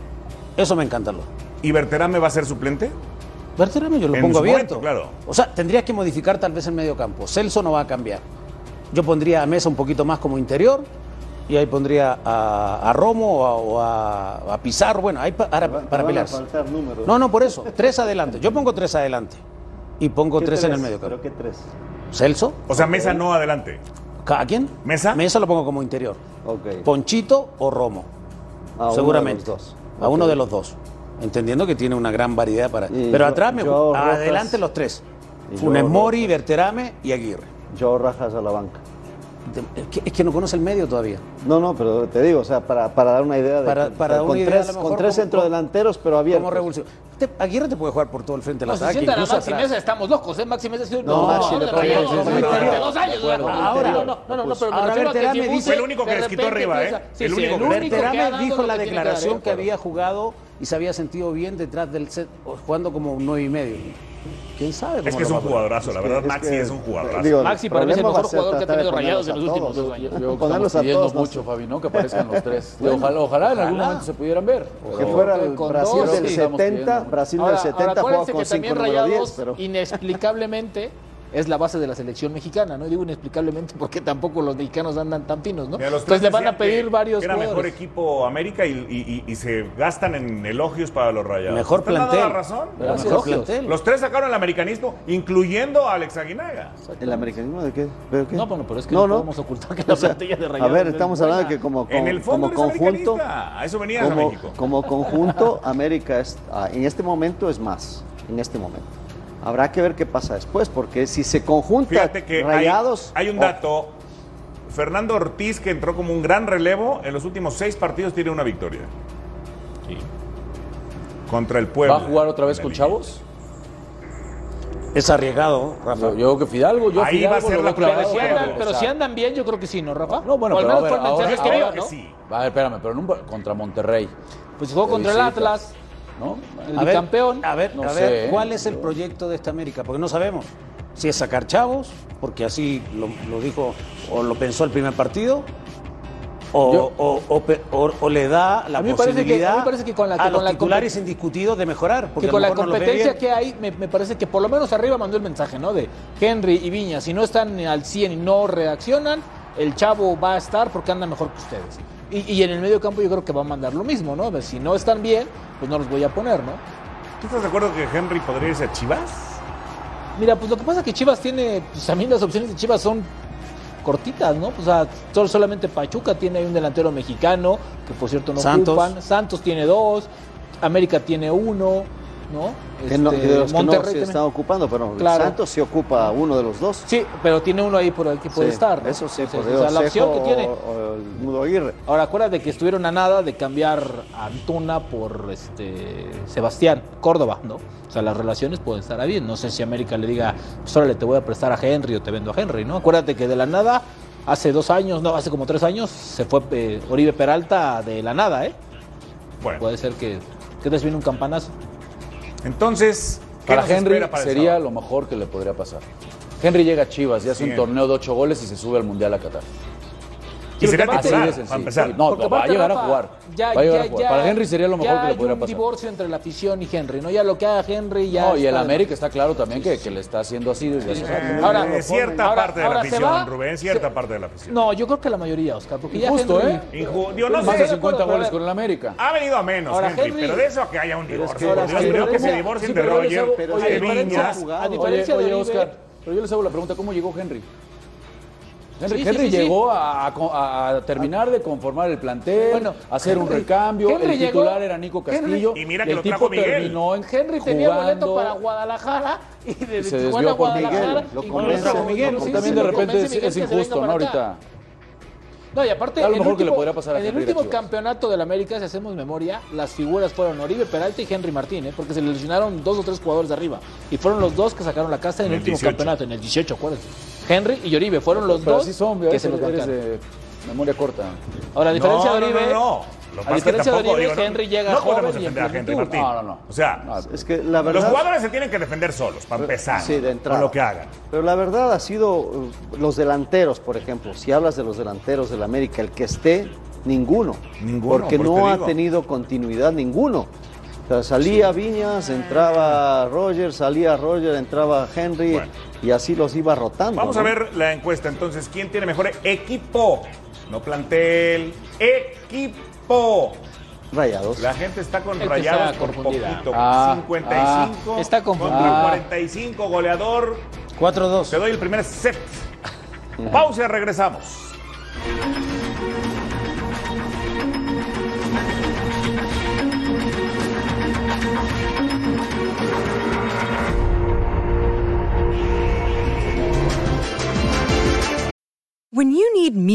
Speaker 7: eso me encanta. Lolo.
Speaker 5: ¿Y Berterame va a ser suplente?
Speaker 7: Berterame yo lo
Speaker 5: En
Speaker 7: pongo
Speaker 5: su
Speaker 7: abierto.
Speaker 5: momento, claro.
Speaker 7: O sea, tendrías que modificar tal vez el medio campo. Celso no va a cambiar. Yo pondría a Mesa un poquito más como interior y ahí pondría a, a Romo o a, o a- a Pizarro. Bueno, ahí pa- para, para pelearse.
Speaker 8: números.
Speaker 7: No, no, por eso. Tres adelante. Yo pongo tres adelante. Y pongo tres en el medio campo.
Speaker 8: ¿Pero qué tres?
Speaker 7: ¿Celso?
Speaker 5: O sea, Mesa no adelante.
Speaker 7: ¿A quién?
Speaker 5: ¿Mesa?
Speaker 7: Mesa lo pongo como interior.
Speaker 8: Ok.
Speaker 7: Ponchito o Romo.
Speaker 8: A uno
Speaker 7: seguramente.
Speaker 8: de los dos.
Speaker 7: A uno
Speaker 8: Ok.
Speaker 7: de los dos. Entendiendo que tiene una gran variedad para.
Speaker 8: Y
Speaker 7: Pero
Speaker 8: yo-
Speaker 7: atrás me
Speaker 8: yo, Rojas-
Speaker 7: Adelante los tres.
Speaker 8: Y yo,
Speaker 7: Funes Mori,
Speaker 8: Rojas.
Speaker 7: Berterame y Aguirre.
Speaker 8: Yo rajas a la banca.
Speaker 7: Es que, es que no conoce el medio todavía.
Speaker 8: No, no, pero te digo, o sea, para, para dar una idea de.
Speaker 7: Para-
Speaker 8: con-
Speaker 7: para
Speaker 8: con
Speaker 7: una idea, a
Speaker 8: tres,
Speaker 7: lo mejor,
Speaker 8: con tres
Speaker 7: como-
Speaker 8: centrodelanteros, pero abiertos.
Speaker 7: Como revolución. Te- Aguirre te puede jugar por todo el frente del
Speaker 9: No, Pues se
Speaker 7: ataque.
Speaker 9: sientan a
Speaker 7: incluso
Speaker 9: Maxi
Speaker 7: atrás.
Speaker 9: Mesa, estamos locos, ¿eh? Maxi Mesa ha sido el
Speaker 8: No,
Speaker 9: mejor
Speaker 8: Maxi,
Speaker 9: jugador
Speaker 8: le
Speaker 9: de
Speaker 8: pongo
Speaker 9: Rayados
Speaker 8: el
Speaker 9: como
Speaker 8: interior.
Speaker 9: interior de
Speaker 8: De
Speaker 9: dos años.
Speaker 8: acuerdo,
Speaker 9: ¿verdad?
Speaker 8: el
Speaker 9: Ahora, no,
Speaker 8: interior.
Speaker 9: no, no, no,
Speaker 8: Lo puso.
Speaker 9: pero me
Speaker 7: Ahora,
Speaker 9: refiero a que
Speaker 7: Berterame
Speaker 9: si
Speaker 7: dice-
Speaker 9: Buce
Speaker 7: Fue el
Speaker 5: único que
Speaker 9: de
Speaker 5: desquitó
Speaker 9: repente
Speaker 5: arriba, ¿eh?
Speaker 9: empieza- Sí,
Speaker 5: El
Speaker 9: sí,
Speaker 5: único que
Speaker 9: que ha
Speaker 7: Berterame
Speaker 9: dado
Speaker 7: dijo
Speaker 9: lo
Speaker 7: en la
Speaker 9: que tiene dar,
Speaker 7: declaración
Speaker 9: ¿eh?
Speaker 7: que había jugado y se había sentido bien detrás del set, o jugando como un 9 y medio. ¿Quién sabe?
Speaker 5: Es
Speaker 7: cómo
Speaker 5: que es un
Speaker 7: lo va a poner?
Speaker 5: jugadorazo, la verdad,
Speaker 8: que-
Speaker 5: Maxi
Speaker 8: que-
Speaker 5: es un jugadorazo.
Speaker 8: digo,
Speaker 9: Maxi, para mí es el
Speaker 8: problema
Speaker 9: mejor
Speaker 8: va a ser
Speaker 9: jugador que ha
Speaker 8: tratar de
Speaker 9: tenido Rayados en los
Speaker 8: ponerlos a
Speaker 9: últimos
Speaker 8: todos.
Speaker 9: dos años.
Speaker 6: Yo creo que
Speaker 8: Ponerlos
Speaker 6: estamos
Speaker 8: a
Speaker 6: pidiendo
Speaker 8: todos, no
Speaker 6: mucho,
Speaker 8: sé.
Speaker 6: Fabi, ¿no? Que aparezcan los tres. Y ojalá, ojalá en algún momento se pudieran ver.
Speaker 8: Que
Speaker 6: Pero
Speaker 8: fuera
Speaker 6: creo
Speaker 8: el
Speaker 6: que con
Speaker 8: Brasil
Speaker 6: dos
Speaker 8: del
Speaker 6: sí estamos
Speaker 8: 70,
Speaker 6: pidiendo mucho.
Speaker 8: Brasil
Speaker 9: Ahora,
Speaker 8: del 70
Speaker 9: ahora
Speaker 8: juega
Speaker 9: acuérdense
Speaker 8: con
Speaker 9: que
Speaker 8: 5
Speaker 9: también
Speaker 8: número
Speaker 9: Rayados
Speaker 8: 10, pero
Speaker 9: inexplicablemente es la base de la selección mexicana, ¿no? Y digo inexplicablemente porque tampoco los mexicanos andan tan finos, ¿no?
Speaker 5: Mira, los tres
Speaker 9: Entonces le van
Speaker 5: decían
Speaker 9: a pedir
Speaker 5: que
Speaker 9: varios
Speaker 5: Era mejor
Speaker 9: jugadores.
Speaker 5: equipo América y, y- y- y se gastan en elogios para los rayados.
Speaker 7: Mejor
Speaker 5: ¿Están dando
Speaker 7: plantel.
Speaker 5: la razón?
Speaker 9: Pero
Speaker 7: mejor
Speaker 9: elogios.
Speaker 7: plantel.
Speaker 5: Los tres sacaron el americanismo, incluyendo a Alex Aguinaga.
Speaker 8: ¿El americanismo de qué? ¿Pero qué?
Speaker 9: No, bueno, pero es que
Speaker 8: No,
Speaker 9: no,
Speaker 8: no.
Speaker 9: podemos ocultar que la
Speaker 8: O sea,
Speaker 9: plantilla de
Speaker 8: a
Speaker 9: Rayados
Speaker 8: ver,
Speaker 9: es
Speaker 8: estamos
Speaker 9: buena.
Speaker 8: hablando de que como,
Speaker 5: en
Speaker 8: con-
Speaker 5: el fondo
Speaker 8: como
Speaker 5: eres
Speaker 8: conjunto,
Speaker 5: americanista. A eso venías a
Speaker 8: como,
Speaker 5: México.
Speaker 8: como conjunto, América es- ah, en este momento es más, en este momento. Habrá que ver qué pasa después, porque si se conjunta
Speaker 5: Fíjate que hay-
Speaker 8: rayados...
Speaker 5: hay, un
Speaker 8: o-
Speaker 5: dato. Fernando Ortiz, que entró como un gran relevo, en los últimos seis partidos tiene una victoria. Contra el pueblo.
Speaker 6: ¿Va a jugar otra vez con Chavos?
Speaker 7: Es arriesgado, Rafa.
Speaker 6: Yo, yo creo que Fidalgo, yo
Speaker 5: Ahí
Speaker 6: Fidalgo
Speaker 5: va a
Speaker 6: lo
Speaker 5: ser la
Speaker 6: veo
Speaker 5: prueba
Speaker 6: clavado,
Speaker 5: de
Speaker 9: Pero si
Speaker 5: fuego.
Speaker 6: o
Speaker 9: andan- pero
Speaker 6: sea,
Speaker 9: si andan bien, yo creo que sí, ¿no, Rafa?
Speaker 6: No, bueno,
Speaker 9: O al
Speaker 6: pero a
Speaker 9: menos
Speaker 6: ver,
Speaker 9: fue el
Speaker 6: ahora-
Speaker 9: mensaje que
Speaker 6: ahora
Speaker 9: dio,
Speaker 5: que
Speaker 9: ¿no?
Speaker 5: sí.
Speaker 6: A ver, espérame, pero en un- contra Monterrey,
Speaker 9: Pues jugó
Speaker 6: De
Speaker 9: contra el
Speaker 6: visita.
Speaker 9: Atlas,
Speaker 6: ¿no?
Speaker 9: el
Speaker 7: A ver,
Speaker 9: bicampeón.
Speaker 7: A ver,
Speaker 6: No
Speaker 7: a
Speaker 6: sé,
Speaker 7: ver,
Speaker 6: ¿eh?
Speaker 7: ¿cuál es el proyecto de esta América? Porque no sabemos si es sacar chavos, porque así lo, lo dijo o lo pensó el primer partido, o,
Speaker 6: Yo-
Speaker 7: o- o pe- o- o le da la
Speaker 9: A mí me parece que-
Speaker 7: posibilidad
Speaker 9: a mí me parece que con la- que
Speaker 7: a los
Speaker 9: con la
Speaker 7: titulares indiscutidos de mejorar. Porque
Speaker 9: que con
Speaker 7: a
Speaker 9: la
Speaker 7: lo mejor no los ve bien.
Speaker 9: competencia que hay, me, me parece que por lo menos arriba mandó el mensaje, ¿no? De Henry y Viña, si no están al 100 y no reaccionan, el chavo va a estar porque anda mejor que ustedes. Y, y en el medio campo yo creo que va a mandar lo mismo, ¿no? De Si no están bien, pues no los voy a poner, ¿no?
Speaker 5: ¿Tú estás de acuerdo que Henry podría irse a Chivas?
Speaker 9: Mira, pues lo que pasa es que Chivas tiene, pues a mí las opciones de Chivas son cortitas, ¿no? Pues, O sea, sol- solamente Pachuca tiene ahí un delantero mexicano, que por cierto no
Speaker 7: Santos.
Speaker 9: ocupan. Santos tiene dos, América tiene uno, ¿no?
Speaker 8: que no-
Speaker 9: Este,
Speaker 8: de los que no se
Speaker 9: también.
Speaker 8: están ocupando, pero
Speaker 9: Claro.
Speaker 8: Santos se ocupa uno de los dos.
Speaker 9: Sí, pero tiene uno ahí por el que puede
Speaker 8: Sí,
Speaker 9: estar. ¿no?
Speaker 8: Eso sí,
Speaker 9: Entonces,
Speaker 8: por
Speaker 9: o sea,
Speaker 8: Dios,
Speaker 9: la opción
Speaker 8: Seco
Speaker 9: que tiene.
Speaker 8: o- o el Mudo Aguirre.
Speaker 9: Ahora, acuérdate que estuvieron a nada de cambiar a Antuna por este Sebastián Córdoba, ¿no? O sea, las relaciones pueden estar ahí. No sé si América le diga, pues órale, te voy a prestar a Henry o te vendo a Henry, ¿no? Acuérdate que de la nada, hace dos años, no, hace como tres años, se fue eh, Oribe Peralta de la nada, ¿eh?
Speaker 5: Bueno,
Speaker 9: Puede ser que, que te viene un campanazo.
Speaker 5: entonces, ¿qué
Speaker 6: Para
Speaker 5: nos
Speaker 6: Henry
Speaker 5: espera para el
Speaker 6: sería
Speaker 5: sábado?
Speaker 6: lo mejor que le podría pasar. Henry llega a Chivas y hace
Speaker 5: Sí.
Speaker 6: un torneo de ocho goles y se sube al Mundial a Qatar.
Speaker 5: Y sería
Speaker 6: Así
Speaker 5: titular,
Speaker 6: de sencillo.
Speaker 5: para empezar.
Speaker 6: Sí, No,
Speaker 9: Porque
Speaker 6: va a
Speaker 9: aparte,
Speaker 6: llegar a
Speaker 9: Rafa,
Speaker 6: jugar.
Speaker 9: ya-
Speaker 6: va a llegar
Speaker 9: ya-
Speaker 6: a jugar.
Speaker 9: ya
Speaker 6: Para Henry sería lo
Speaker 9: ya
Speaker 6: mejor que
Speaker 9: hay
Speaker 6: le podría
Speaker 9: un
Speaker 6: pasar.
Speaker 9: divorcio entre la afición y Henry, ¿no? Ya lo que haga Henry ya.
Speaker 6: No, y el
Speaker 9: está-
Speaker 6: América está claro también que, que le está haciendo así desde hace rato.
Speaker 5: Eh,
Speaker 9: Ahora-
Speaker 5: eh, cierta
Speaker 9: ahora-
Speaker 5: parte de la
Speaker 9: ahora se
Speaker 5: afición,
Speaker 9: va-
Speaker 5: Rubén, cierta parte de la afición.
Speaker 9: No, yo creo que la mayoría, Oscar, porque ya
Speaker 6: Injusto,
Speaker 9: Henry-
Speaker 6: ¿eh?
Speaker 5: Inju-
Speaker 6: Más
Speaker 5: Digo, no sé,
Speaker 6: de
Speaker 9: de acuerdo,
Speaker 6: 50
Speaker 9: pero a
Speaker 6: goles
Speaker 9: ver.
Speaker 6: con el América.
Speaker 9: Ah,
Speaker 5: Ha venido a menos,
Speaker 9: Ahora,
Speaker 5: Henry,
Speaker 9: Henry-
Speaker 5: pero de eso a que haya un divorcio.
Speaker 9: ahora
Speaker 5: por Dios,
Speaker 9: sí,
Speaker 5: creo
Speaker 9: pero
Speaker 5: que
Speaker 9: esa-
Speaker 5: se divorcien
Speaker 9: sí,
Speaker 5: de
Speaker 9: pero yo les
Speaker 5: Roger,
Speaker 9: hago-
Speaker 5: de
Speaker 9: oye, pero
Speaker 5: Viñas.
Speaker 9: esa- A
Speaker 6: Oye,
Speaker 9: diferencia
Speaker 6: oye,
Speaker 9: de Oribe-
Speaker 6: Oscar, pero yo les hago la pregunta, ¿cómo llegó Henry? Henry,
Speaker 9: Sí, sí,
Speaker 6: Henry
Speaker 9: sí, sí.
Speaker 6: llegó A, a co- a- a terminar de conformar el plantel,
Speaker 9: Bueno,
Speaker 6: hacer un
Speaker 9: Henry-
Speaker 6: recambio.
Speaker 9: Henry
Speaker 6: el
Speaker 9: llegó-
Speaker 6: titular era Nico Castillo.
Speaker 5: Henry- y mira que
Speaker 6: el
Speaker 5: lo
Speaker 6: tipo
Speaker 5: trajo Miguel.
Speaker 6: terminó en
Speaker 9: Henry tenía boleto
Speaker 6: jugando.
Speaker 9: para Guadalajara y de,
Speaker 6: Y se
Speaker 9: Tijuana
Speaker 6: desvió
Speaker 9: a
Speaker 6: por
Speaker 9: Guadalajara.
Speaker 8: Miguel, lo
Speaker 9: y
Speaker 8: convence,
Speaker 9: luego
Speaker 8: Miguel,
Speaker 9: sí,
Speaker 8: lo
Speaker 6: También
Speaker 9: sí,
Speaker 6: de
Speaker 9: lo
Speaker 6: repente
Speaker 9: convence
Speaker 6: es,
Speaker 9: Miguel
Speaker 6: es
Speaker 9: que se venga
Speaker 6: injusto,
Speaker 9: para
Speaker 6: ¿no?
Speaker 9: acá.
Speaker 6: Ahorita.
Speaker 9: No, y aparte,
Speaker 6: Era lo
Speaker 9: en,
Speaker 6: mejor
Speaker 9: el
Speaker 6: que le
Speaker 9: último-
Speaker 6: podría pasar a
Speaker 9: en el
Speaker 6: Henry
Speaker 9: último
Speaker 6: Chivas.
Speaker 9: campeonato del América, si hacemos memoria, las figuras fueron Oribe Peralta y Henry Martín, ¿eh? porque se le lesionaron dos o tres jugadores de arriba. Y fueron los dos que sacaron la casa en,
Speaker 5: En
Speaker 9: el
Speaker 5: el
Speaker 9: último
Speaker 5: 18.
Speaker 9: campeonato, en el 18, acuérdense. Henry y Oribe fueron los
Speaker 6: Pero
Speaker 9: dos
Speaker 6: así son,
Speaker 9: que
Speaker 6: ¿ves?
Speaker 9: se los
Speaker 6: eres
Speaker 9: bancaron.
Speaker 6: de memoria corta.
Speaker 9: Ahora, a diferencia
Speaker 5: no,
Speaker 9: de Oribe.
Speaker 5: No, no, no. Lo que pasa
Speaker 9: a
Speaker 5: es que
Speaker 9: diferencia de
Speaker 5: tampoco,
Speaker 9: Oribe,
Speaker 5: digo, no-
Speaker 9: Henry llega
Speaker 5: no
Speaker 9: joven
Speaker 5: podemos
Speaker 9: y en
Speaker 5: defender a Henry
Speaker 9: plenitud.
Speaker 5: Martín.
Speaker 6: No, no, no.
Speaker 5: O sea,
Speaker 6: No,
Speaker 8: Es que la verdad...
Speaker 5: Ah, los jugadores se tienen que defender solos, para empezar.
Speaker 8: Sí, de entrada.
Speaker 5: Con lo que hagan.
Speaker 8: Pero la verdad ha sido eh, los delanteros, por ejemplo. Si hablas de los delanteros del América, el que esté, ninguno.
Speaker 5: Ninguno,
Speaker 8: Porque
Speaker 5: por eso
Speaker 8: no
Speaker 5: te
Speaker 8: ha
Speaker 5: digo.
Speaker 8: tenido continuidad ninguno. O sea, salía Viñas, entraba Roger, salía Roger, entraba Henry
Speaker 5: Bueno.
Speaker 8: y así los iba rotando.
Speaker 5: Vamos a
Speaker 8: ¿no?
Speaker 5: ver la encuesta entonces. ¿Quién tiene mejor equipo? No plantel. Equipo.
Speaker 8: Rayados.
Speaker 5: La gente está con
Speaker 9: Es que
Speaker 5: rayados
Speaker 9: está
Speaker 5: por
Speaker 9: confundida.
Speaker 5: poquito.
Speaker 6: Ah,
Speaker 5: 55
Speaker 9: ah, está confundida.
Speaker 5: contra
Speaker 9: Ah.
Speaker 5: 45, goleador.
Speaker 7: 4-2.
Speaker 5: Te doy el primer set. Pausa, regresamos.
Speaker 11: When you need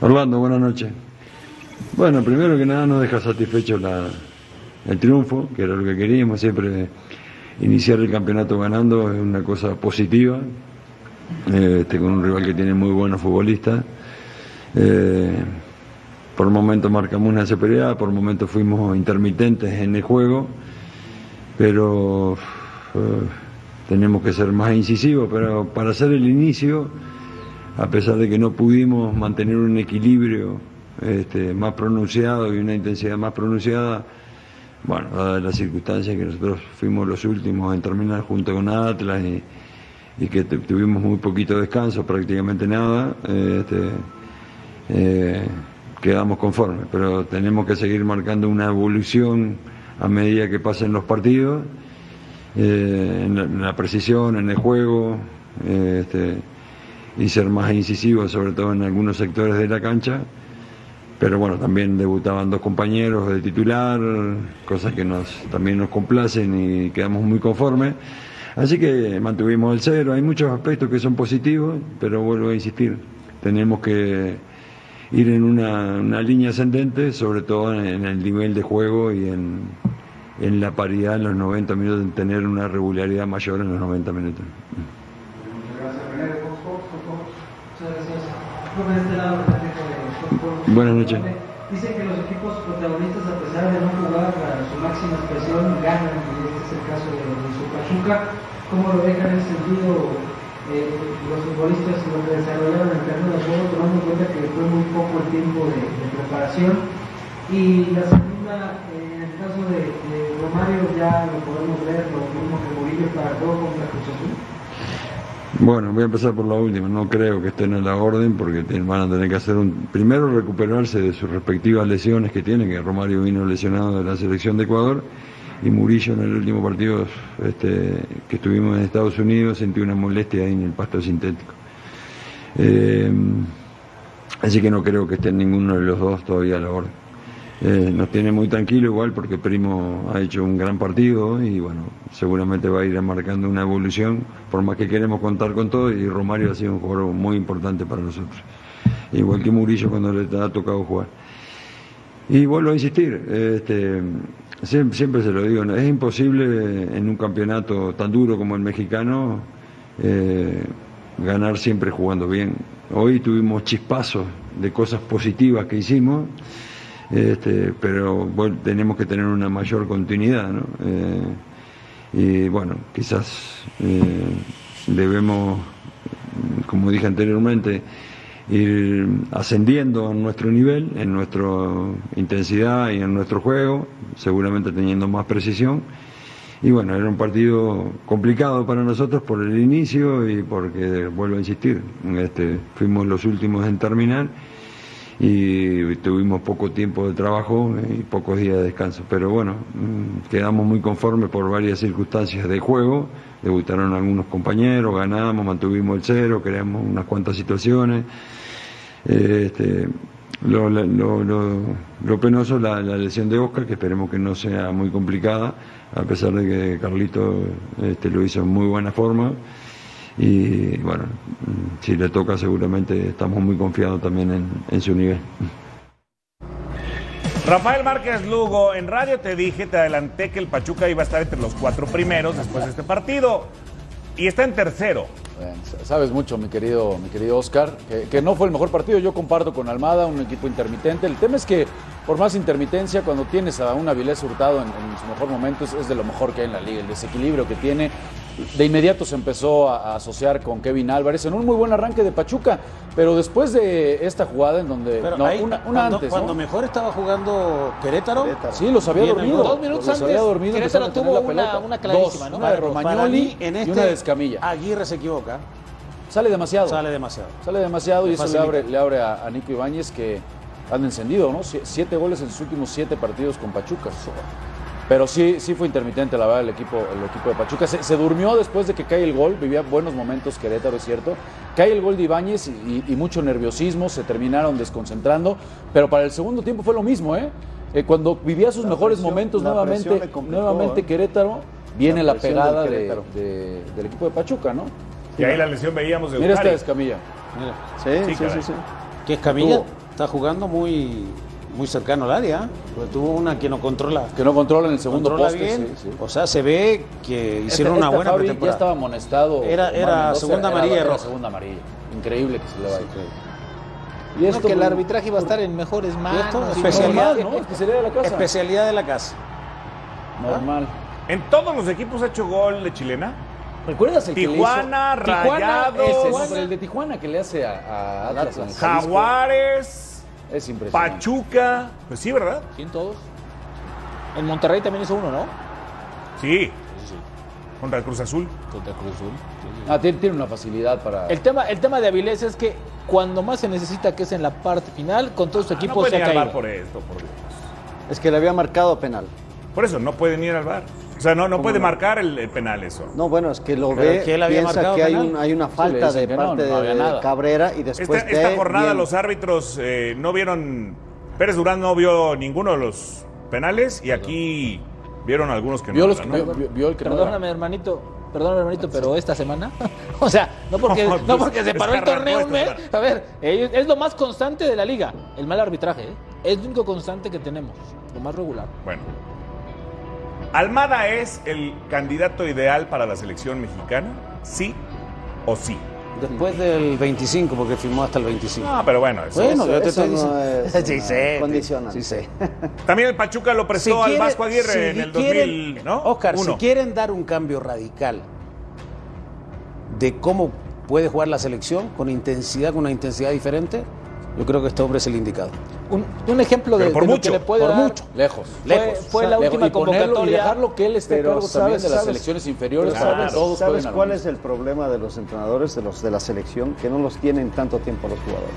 Speaker 12: Orlando, buenas noches. Bueno, primero que nada nos deja satisfechos la- el triunfo, que era lo que queríamos, siempre iniciar el campeonato ganando es una cosa positiva, eh, este, con un rival que tiene muy buenos futbolistas. Eh, por momentos marcamos una superioridad, por momentos fuimos intermitentes en el juego, pero eh, tenemos que ser más incisivos. Pero para hacer el inicio, a pesar de que no pudimos mantener un equilibrio este, más pronunciado y una intensidad más pronunciada, bueno, dadas las circunstancias que nosotros fuimos los últimos en terminar junto con Atlas y, y que tu- tuvimos muy poquito descanso, prácticamente nada, eh, este, eh, quedamos conformes, pero tenemos que seguir marcando una evolución a medida que pasen los partidos, eh, en, la, en la precisión, en el juego, eh, este, y ser más incisivos, sobre todo en algunos sectores de la cancha. Pero bueno, también debutaban dos compañeros de titular, cosas que nos, también nos complacen y quedamos muy conformes. Así que mantuvimos el cero. Hay muchos aspectos que son positivos, pero vuelvo a insistir, tenemos que ir en una, una línea ascendente, sobre todo en el nivel de juego y en, en la paridad en los 90 minutos, en tener una regularidad mayor en los 90 minutos.
Speaker 13: este
Speaker 12: Buenas noches.
Speaker 13: Dicen que los equipos protagonistas, a pesar de no jugar a su máxima expresión, ganan. Y este es el caso de, de su Pachuca. ¿Cómo lo dejan en ese sentido eh, los futbolistas lo que desarrollaron en el terreno de juego, tomando en cuenta que fue muy poco el tiempo de, de preparación? Y la segunda, eh, en el caso de, de Romario, ya lo podemos ver, lo mismo que Murillo para todo contra Cruz Azul.
Speaker 12: Bueno, voy a empezar por la última. No creo que estén en la orden porque te- van a tener que hacer un. Primero recuperarse de sus respectivas lesiones que tienen, que Romario vino lesionado de la selección de Ecuador y Murillo en el último partido este, que estuvimos en Estados Unidos sintió una molestia ahí en el pasto sintético. Eh, así que no creo que esté ninguno de los dos todavía a la orden. Eh, nos tiene muy tranquilo igual porque Primo ha hecho un gran partido y bueno, seguramente va a ir marcando una evolución, por más que queremos contar con todo y Romario ha sido un jugador muy importante para nosotros, igual que Murillo cuando le ha tocado jugar. Y vuelvo a insistir, este, siem- siempre se lo digo, ¿no? es imposible en un campeonato tan duro como el mexicano eh, ganar siempre jugando bien. Hoy tuvimos chispazos de cosas positivas que hicimos, este, pero bueno, tenemos que tener una mayor continuidad. ¿no? Eh, y bueno, quizás eh, debemos, como dije anteriormente, ir ascendiendo en nuestro nivel, en nuestra intensidad y en nuestro juego, seguramente teniendo más precisión. Y bueno, era un partido complicado para nosotros por el inicio y porque, vuelvo a insistir, este, fuimos los últimos en terminar y tuvimos poco tiempo de trabajo y pocos días de descanso. Pero bueno, mm, quedamos muy conformes por varias circunstancias de juego. Debutaron algunos compañeros, ganamos, mantuvimos el cero, creamos unas cuantas situaciones. Eh, Este, lo, la- lo- lo- lo penoso es la, la lesión de Oscar, que esperemos que no sea muy complicada, a pesar de que Carlito este, lo hizo en muy buena forma. Y bueno, mm, si le toca seguramente estamos muy confiados también en, en su nivel.
Speaker 5: Rafael Márquez Lugo, en radio te dije, te adelanté que el Pachuca iba a estar entre los cuatro primeros después de este partido. Y está en tercero.
Speaker 6: Bueno, Sabes mucho, mi querido, mi querido Oscar, que, que no fue el mejor partido. Yo comparto con Almada, un equipo intermitente. El tema es que, por más intermitencia, cuando tienes a un Avilés Hurtado en, en su mejor momento, es, es de lo mejor que hay en la liga. El desequilibrio que tiene. De inmediato se empezó a, a asociar con Kevin Álvarez en un muy buen arranque de Pachuca, pero después de esta jugada en donde.
Speaker 7: Pero
Speaker 6: no,
Speaker 7: ahí,
Speaker 6: una, una
Speaker 7: cuando,
Speaker 6: antes. ¿no?
Speaker 7: cuando mejor estaba jugando Querétaro,
Speaker 6: Sí, los había
Speaker 7: y en
Speaker 6: dormido.
Speaker 7: algún-
Speaker 6: Dos minutos Los antes, había dormido, Querétaro empezaron a tener tuvo la una- pelota. una clarísima, Dos, ¿no? una de
Speaker 7: Para-
Speaker 6: Romagnoli
Speaker 7: para mí, en
Speaker 6: y
Speaker 7: este,
Speaker 6: una de Escamilla.
Speaker 7: Aguirre se equivoca.
Speaker 6: Sale demasiado.
Speaker 7: Sale demasiado.
Speaker 6: Sale demasiado y
Speaker 7: Le
Speaker 6: eso le
Speaker 7: facilita.
Speaker 6: abre, le abre a, a Nico Ibáñez que han encendido, ¿no? Sie- Siete goles en sus últimos siete partidos con Pachuca. Pero sí, sí fue intermitente, la verdad, el equipo, el equipo de Pachuca. Se, se durmió después de que cae el gol, vivía buenos momentos Querétaro, es cierto. Cae el gol de Ibáñez y, y- y mucho nerviosismo, se terminaron desconcentrando. Pero para el segundo tiempo fue lo mismo, ¿eh? Eh, cuando vivía sus mejores
Speaker 8: presión-
Speaker 6: momentos
Speaker 8: la presión
Speaker 6: nuevamente,
Speaker 8: le complicó,
Speaker 6: nuevamente
Speaker 8: ¿eh?
Speaker 6: Querétaro, viene la,
Speaker 8: presión del
Speaker 6: pegada de-
Speaker 8: Querétaro.
Speaker 6: de- del equipo de Pachuca, ¿no?
Speaker 5: Y ahí la lesión veíamos de
Speaker 6: Mira esta
Speaker 5: Ustari.
Speaker 6: descamilla.
Speaker 7: Mira.
Speaker 6: Sí, sí, sí, sí.
Speaker 7: Que Escamilla
Speaker 6: Estuvo.
Speaker 7: está jugando muy, muy cercano al área, porque tuvo una que no controla.
Speaker 6: Que no controla en el segundo
Speaker 7: Controla
Speaker 6: poste,
Speaker 7: bien.
Speaker 6: sí, sí.
Speaker 7: O sea, se ve que hicieron
Speaker 6: Este-
Speaker 7: una
Speaker 6: este
Speaker 7: buena
Speaker 6: Fabri Ya
Speaker 7: pretemporada.
Speaker 6: estaba amonestado.
Speaker 7: Era-
Speaker 6: Omar
Speaker 7: era
Speaker 6: Mendoza,
Speaker 7: segunda amarilla
Speaker 6: era
Speaker 7: roja.
Speaker 6: segunda amarilla. Increíble que se le vaya.
Speaker 9: Y es
Speaker 6: esto,
Speaker 9: que el
Speaker 6: güey,
Speaker 9: arbitraje Ah, iba a estar en mejores manos.
Speaker 7: esto?
Speaker 9: y
Speaker 7: Especialidad,
Speaker 9: normal,
Speaker 7: ¿no?
Speaker 6: Especialidad de la casa.
Speaker 7: Especialidad de la casa.
Speaker 6: Normal.
Speaker 5: En todos los equipos ha hecho gol de chilena.
Speaker 6: ¿Recuerdas el que le
Speaker 5: Tijuana,
Speaker 6: hizo- Tijuana,
Speaker 5: Rayados,
Speaker 6: ese, no, pero el de Tijuana que le hace a, a Atlas. en Jalisco.
Speaker 5: Jaguares,
Speaker 6: Es impresionante.
Speaker 5: Pachuca. Pues sí, ¿verdad?
Speaker 9: ¿Sí en todos? En Monterrey también hizo uno, ¿no?
Speaker 5: Sí. Contra el Cruz Azul. Contra Cruz Azul.
Speaker 6: Ah, tiene, tiene una facilidad para.
Speaker 9: El tema, el tema de Avilés es que cuando más se necesita, que es en la parte final, con todos su
Speaker 5: Ah, no
Speaker 9: equipo se
Speaker 5: pueden
Speaker 9: ha
Speaker 5: ir al
Speaker 9: caído.
Speaker 5: bar por esto, por Dios.
Speaker 8: Es que le había marcado penal.
Speaker 5: Por eso, no pueden ir al bar. O sea, no, no
Speaker 8: ¿Cómo
Speaker 5: puede
Speaker 8: no?
Speaker 5: marcar el, el penal eso.
Speaker 8: No, bueno, es que lo
Speaker 5: Pero
Speaker 8: ve,
Speaker 5: que él había
Speaker 8: piensa
Speaker 5: marcado
Speaker 8: que hay,
Speaker 5: penal.
Speaker 8: un- hay una
Speaker 5: Sí, le
Speaker 8: falta
Speaker 5: dicen
Speaker 8: de
Speaker 5: que no,
Speaker 8: parte
Speaker 6: no
Speaker 8: de,
Speaker 6: había
Speaker 8: de
Speaker 6: nada.
Speaker 8: Cabrera y después
Speaker 5: Este, esta, esta
Speaker 8: de
Speaker 5: jornada
Speaker 8: bien.
Speaker 5: los árbitros eh, no vieron. Pérez Durán no vio ninguno de los penales y aquí vieron algunos que no.
Speaker 9: Vio los
Speaker 5: ¿verdad?
Speaker 9: que-
Speaker 5: ¿No?
Speaker 9: vio- Perdóname, hermanito. Perdóname, hermanito, pero esta semana. o sea, no porque,
Speaker 5: No,
Speaker 9: no,
Speaker 5: pues,
Speaker 9: porque se paró el
Speaker 5: está
Speaker 9: torneo un mes.
Speaker 5: raro
Speaker 9: A ver, eh, es lo más constante de la liga. El mal arbitraje, ¿eh? Es lo único constante que tenemos. Lo más regular.
Speaker 5: Bueno. ¿Almada es el candidato ideal para la selección mexicana? ¿Sí o sí?
Speaker 7: Después del 25, porque firmó hasta el 25.
Speaker 5: Ah, pero bueno, eso-
Speaker 7: bueno, yo
Speaker 5: eso
Speaker 7: te estoy
Speaker 5: no
Speaker 7: diciendo.
Speaker 5: es
Speaker 7: sí,
Speaker 5: una
Speaker 7: sé,
Speaker 8: condicionante.
Speaker 7: Sí, sé.
Speaker 5: También el Pachuca lo prestó
Speaker 7: Si
Speaker 5: al
Speaker 7: quiere-
Speaker 5: Vasco Aguirre
Speaker 7: si
Speaker 5: en el 2000,
Speaker 7: quieren-
Speaker 5: ¿no?
Speaker 7: Oscar, si
Speaker 5: Uno.
Speaker 7: quieren dar un cambio radical de cómo puede jugar la selección con intensidad, con una intensidad diferente, yo creo que este hombre es el indicado.
Speaker 9: Un, un ejemplo de,
Speaker 7: Pero por
Speaker 9: de lo
Speaker 7: mucho,
Speaker 9: que le puede
Speaker 7: por
Speaker 9: dar-
Speaker 7: mucho.
Speaker 6: Lejos.
Speaker 9: Fue- fue la última
Speaker 6: y ponerlo-
Speaker 9: convocatoria.
Speaker 6: Y dejarlo que él esté a
Speaker 9: Pero
Speaker 6: cargo también
Speaker 9: sabes-
Speaker 6: de las
Speaker 9: sabes-
Speaker 6: selecciones inferiores.
Speaker 8: Pero
Speaker 6: para que
Speaker 8: ¿Sabes,
Speaker 6: todos
Speaker 8: sabes
Speaker 6: jueguen a lo
Speaker 8: cuál
Speaker 6: mismo.
Speaker 8: es el problema de los entrenadores, de los de la selección, que no los tienen tanto tiempo los jugadores?